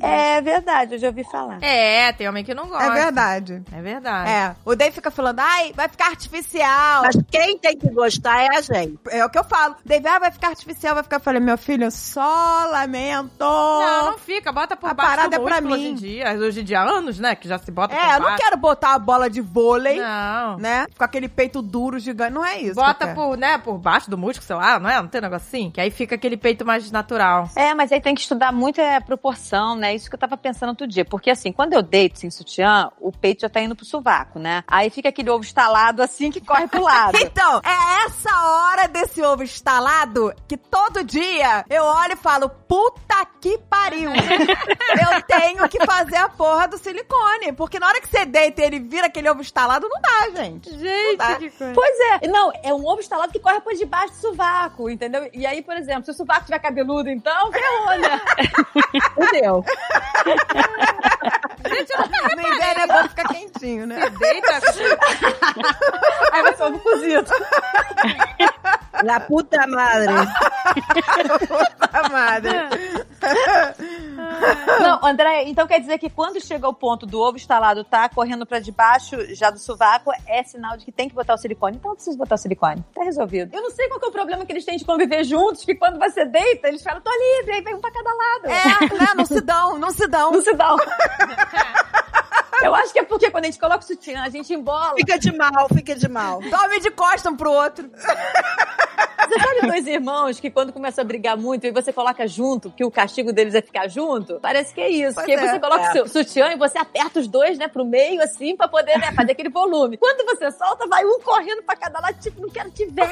[SPEAKER 5] É verdade, eu já ouvi falar.
[SPEAKER 1] É, tem homem que não gosta.
[SPEAKER 2] É verdade.
[SPEAKER 1] É verdade.
[SPEAKER 2] É, o Dave fica falando, ai, vai ficar artificial.
[SPEAKER 4] Mas quem tem que gostar é a gente.
[SPEAKER 2] É o que eu falo. Dave, ah, vai ficar artificial, vai ficar. Eu falei, meu filho, só lamento.
[SPEAKER 1] Não, não fica, bota por
[SPEAKER 2] A
[SPEAKER 1] baixo
[SPEAKER 2] parada é
[SPEAKER 1] do
[SPEAKER 2] pra
[SPEAKER 1] músculo
[SPEAKER 2] mim.
[SPEAKER 1] hoje em dia. Hoje em dia, anos, né, que já se bota
[SPEAKER 2] é, eu
[SPEAKER 1] por
[SPEAKER 2] não
[SPEAKER 1] baixo.
[SPEAKER 2] quero botar a bola de vôlei,
[SPEAKER 1] Não.
[SPEAKER 2] né? Com aquele peito duro, gigante. Não é isso. que eu
[SPEAKER 1] Bota
[SPEAKER 2] quero.
[SPEAKER 1] por, né, por baixo do músculo, sei lá, não é? Não tem um negócio assim? Que aí fica aquele peito mais natural.
[SPEAKER 5] É, mas aí tem que estudar muito é, a proporção, né? Isso que eu tava pensando outro dia. Porque assim, quando eu deito sem sutiã, o peito já tá indo pro sovaco, né? Aí fica aquele ovo estalado assim que corre pro lado.
[SPEAKER 2] Então, é essa hora desse ovo estalado que todo dia eu olho e falo, puta que <laughs> pariu. eu tenho que fazer a porra do silicone. Porque na hora que você deita e ele vira aquele ovo estalado, não dá, gente.
[SPEAKER 1] Gente, que coisa.
[SPEAKER 5] Pois é. Não, é um ovo estalado que corre por debaixo do sovaco, entendeu? E aí, por exemplo, se o sovaco tiver cabeludo, então, ferrou, <laughs> né?
[SPEAKER 4] Entendeu?
[SPEAKER 2] No inverno é bom ficar quentinho, né?
[SPEAKER 1] Deita,
[SPEAKER 5] Aí vai ser ovo cozido.
[SPEAKER 4] La puta madre.
[SPEAKER 2] Puta madre.
[SPEAKER 5] Não, André, então quer dizer que quando chega ao ponto do ovo estalado tá correndo pra debaixo já do sovaco, é sinal de que tem que botar o silicone. Então eu preciso botar o silicone. Tá resolvido. Eu não sei qual que é o problema que eles têm de conviver juntos, que quando você deita, eles falam, tô livre, aí vem um pra cada lado.
[SPEAKER 2] É, né? Não se dão, não se dão.
[SPEAKER 5] Não se dá. <laughs> Eu acho que é porque quando a gente coloca o sutiã, a gente embola.
[SPEAKER 4] Fica de mal, fica de mal.
[SPEAKER 2] Dorme de costa um pro outro.
[SPEAKER 5] Você sabe dois irmãos que quando começa a brigar muito e você coloca junto, que o castigo deles é ficar junto? Parece que é isso.
[SPEAKER 2] Pois
[SPEAKER 5] Porque
[SPEAKER 2] é,
[SPEAKER 5] você coloca o seu sutiã e você aperta os dois, né, pro meio, assim, pra poder, né, fazer aquele volume. Quando você solta, vai um correndo pra cada lado, tipo, não quero te ver.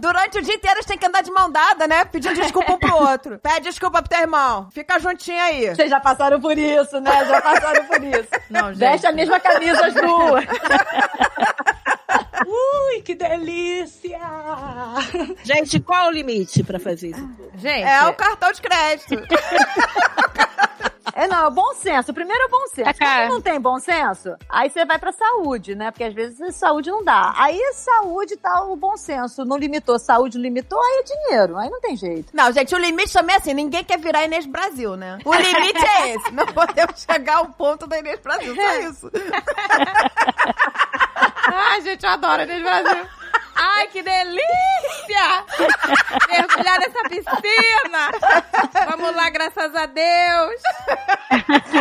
[SPEAKER 2] Durante o dia inteiro eles têm que andar de mão dada, né? Pedindo desculpa um pro <laughs> outro. Pede desculpa pro teu irmão. Fica juntinho aí.
[SPEAKER 5] Vocês já passaram por isso, né? Já passaram por isso.
[SPEAKER 1] Não, gente.
[SPEAKER 5] Veste a mesma camisa as duas.
[SPEAKER 8] Ui, que delícia!
[SPEAKER 4] Gente, qual é o limite pra fazer isso?
[SPEAKER 1] gente.
[SPEAKER 2] É o cartão de crédito.
[SPEAKER 5] É, não, é o bom senso. O primeiro é o bom senso.
[SPEAKER 3] É, cara.
[SPEAKER 5] Quando não tem bom senso, aí você vai pra saúde, né? Porque às vezes saúde não dá. Aí saúde tá o bom senso. Não limitou, saúde não limitou, aí é dinheiro. Aí não tem jeito.
[SPEAKER 2] Não, gente, o limite também é assim, ninguém quer virar Inês Brasil, né? O limite é esse. Não podemos chegar ao ponto da Inês Brasil, só
[SPEAKER 1] É.
[SPEAKER 2] isso.
[SPEAKER 1] Ai, gente, eu adoro Inês Brasil. Ai, que
[SPEAKER 2] <laughs>
[SPEAKER 1] delícia! Mergulhar nessa piscina! Vamos lá, graças a Deus!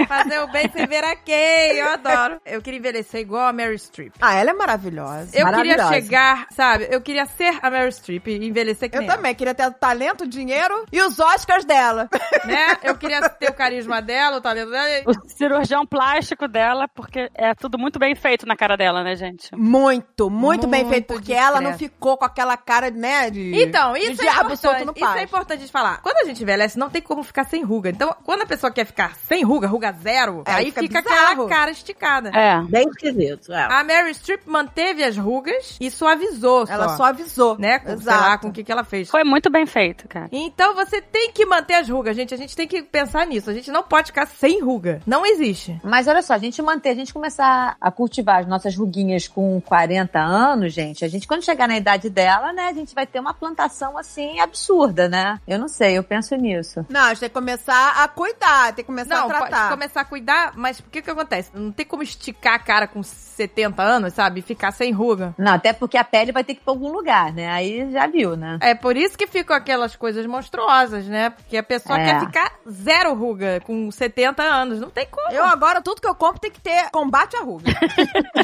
[SPEAKER 1] Fazer o bem sem ver a quem, eu adoro. Eu queria envelhecer igual a Mary Streep.
[SPEAKER 2] Ah, ela é maravilhosa.
[SPEAKER 1] Eu queria
[SPEAKER 2] maravilhosa.
[SPEAKER 1] chegar, sabe? Eu queria ser a Mary Streep e envelhecer que
[SPEAKER 2] Eu
[SPEAKER 1] nem
[SPEAKER 2] também queria ter o talento, o dinheiro e os Oscars dela.
[SPEAKER 1] ela, né? Eu queria ter o carisma dela, o talento dela.
[SPEAKER 3] O cirurgião plástico dela, porque é tudo muito bem feito na cara dela, né, gente?
[SPEAKER 2] Muito, muito, bem
[SPEAKER 1] Muito
[SPEAKER 2] feito, porque ela não
[SPEAKER 1] discreto.
[SPEAKER 2] ficou com aquela cara, né, de...
[SPEAKER 1] Então,
[SPEAKER 2] de
[SPEAKER 1] isso é
[SPEAKER 2] diabo solto no
[SPEAKER 1] importante. Isso
[SPEAKER 2] pátio.
[SPEAKER 1] é importante de falar. Quando a gente envelhece, não tem como ficar sem ruga. Então, quando a pessoa quer ficar sem ruga, ruga zero,
[SPEAKER 2] É,
[SPEAKER 1] aí
[SPEAKER 2] fica
[SPEAKER 1] fica,
[SPEAKER 2] bizarro.
[SPEAKER 1] aquela cara esticada.
[SPEAKER 3] É.
[SPEAKER 4] Bem esquisito. É.
[SPEAKER 1] A Mary Streep manteve as rugas e suavizou só.
[SPEAKER 2] Ela só avisou.
[SPEAKER 1] Né? Com, sei
[SPEAKER 2] Exato.
[SPEAKER 1] lá, com o que, que ela fez.
[SPEAKER 3] Foi muito bem feito, cara.
[SPEAKER 1] Então você tem que manter as rugas, gente. A gente tem que pensar nisso. A gente não pode ficar sem ruga. Não existe.
[SPEAKER 5] Mas olha só, a gente manter, a gente começar a cultivar as nossas ruguinhas com 40 anos, gente, a gente quando chegar na idade dela, né, a gente vai ter uma plantação assim absurda, né? Eu não sei, eu penso nisso.
[SPEAKER 2] Não, a gente tem que começar a cuidar, tem que começar
[SPEAKER 1] não,
[SPEAKER 2] a tratar.
[SPEAKER 1] pode começar a cuidar, mas o que que acontece? Não tem como esticar a cara com 70 anos, sabe? E ficar sem ruga.
[SPEAKER 5] Não, até porque a pele vai ter que ir pra algum lugar, né? Aí já viu, né?
[SPEAKER 1] É por isso que ficam aquelas coisas monstruosas, né? Porque a pessoa
[SPEAKER 5] É.
[SPEAKER 1] quer ficar zero ruga com 70 anos. Não tem como.
[SPEAKER 2] Eu agora, tudo que eu compro tem que ter combate à ruga. <laughs>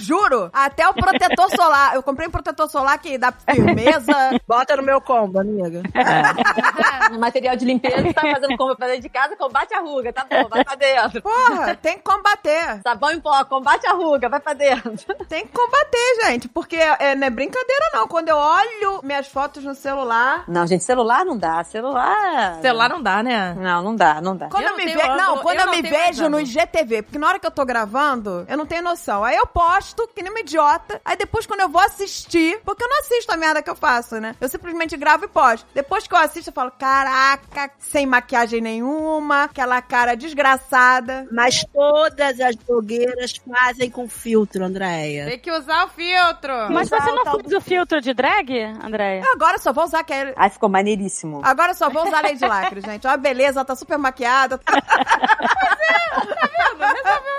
[SPEAKER 2] Juro. Até o protetor solar. Eu comprei um protetor solar que dá firmeza.
[SPEAKER 4] Bota no meu combo, amiga.
[SPEAKER 7] <laughs>
[SPEAKER 5] No material de limpeza, tá fazendo compra pra dentro de casa, combate a ruga, tá
[SPEAKER 7] pô, vai pra dentro.
[SPEAKER 2] Porra, tem que combater.
[SPEAKER 7] Sabão em pó, combate a ruga, vai pra dentro.
[SPEAKER 2] Tem que combater, gente. Porque é, não é brincadeira, não. Quando eu olho minhas fotos no celular.
[SPEAKER 7] Não, gente, celular não dá. Celular.
[SPEAKER 1] Celular não dá, né?
[SPEAKER 7] Não, não dá, não dá.
[SPEAKER 2] Quando eu,
[SPEAKER 1] não
[SPEAKER 2] me,
[SPEAKER 1] tenho
[SPEAKER 2] ve-
[SPEAKER 1] ângulo,
[SPEAKER 2] não, quando
[SPEAKER 1] eu
[SPEAKER 2] eu
[SPEAKER 1] não
[SPEAKER 2] me
[SPEAKER 1] tenho
[SPEAKER 2] vejo no
[SPEAKER 1] ângulo.
[SPEAKER 2] IGTV, porque na hora que eu tô gravando, eu não tenho noção. Aí eu posto, que nem uma idiota. Aí depois, quando eu vou assistir, porque eu não assisto a merda que eu faço, né? Eu simplesmente gravo e posto. Depois que eu assisto, eu falo: caraca, sem maquiagem nenhuma, aquela cara desgraçada.
[SPEAKER 4] Mas todas as blogueiras fazem com filtro, Andréia.
[SPEAKER 1] Tem que usar o filtro.
[SPEAKER 3] Mas
[SPEAKER 4] Usar
[SPEAKER 3] você
[SPEAKER 4] o
[SPEAKER 3] não
[SPEAKER 4] tal
[SPEAKER 3] faz o filtro de drag, Andréia?
[SPEAKER 2] Eu agora só vou usar aquele.
[SPEAKER 7] Aí ficou maneiríssimo.
[SPEAKER 2] Agora eu só vou usar Lady Lacre, gente. Ó, beleza, ela tá super maquiada.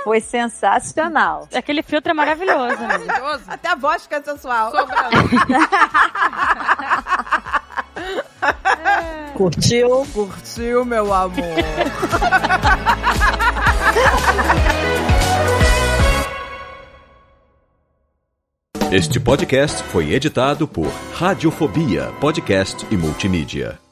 [SPEAKER 7] Foi sensacional.
[SPEAKER 3] Aquele filtro é maravilhoso. né?
[SPEAKER 1] Maravilhoso.
[SPEAKER 2] Até a voz fica sensual.
[SPEAKER 1] Sobrando.
[SPEAKER 4] Curtiu?
[SPEAKER 2] Curtiu, meu amor.
[SPEAKER 9] Este podcast foi editado por Radiofobia, podcast e multimídia.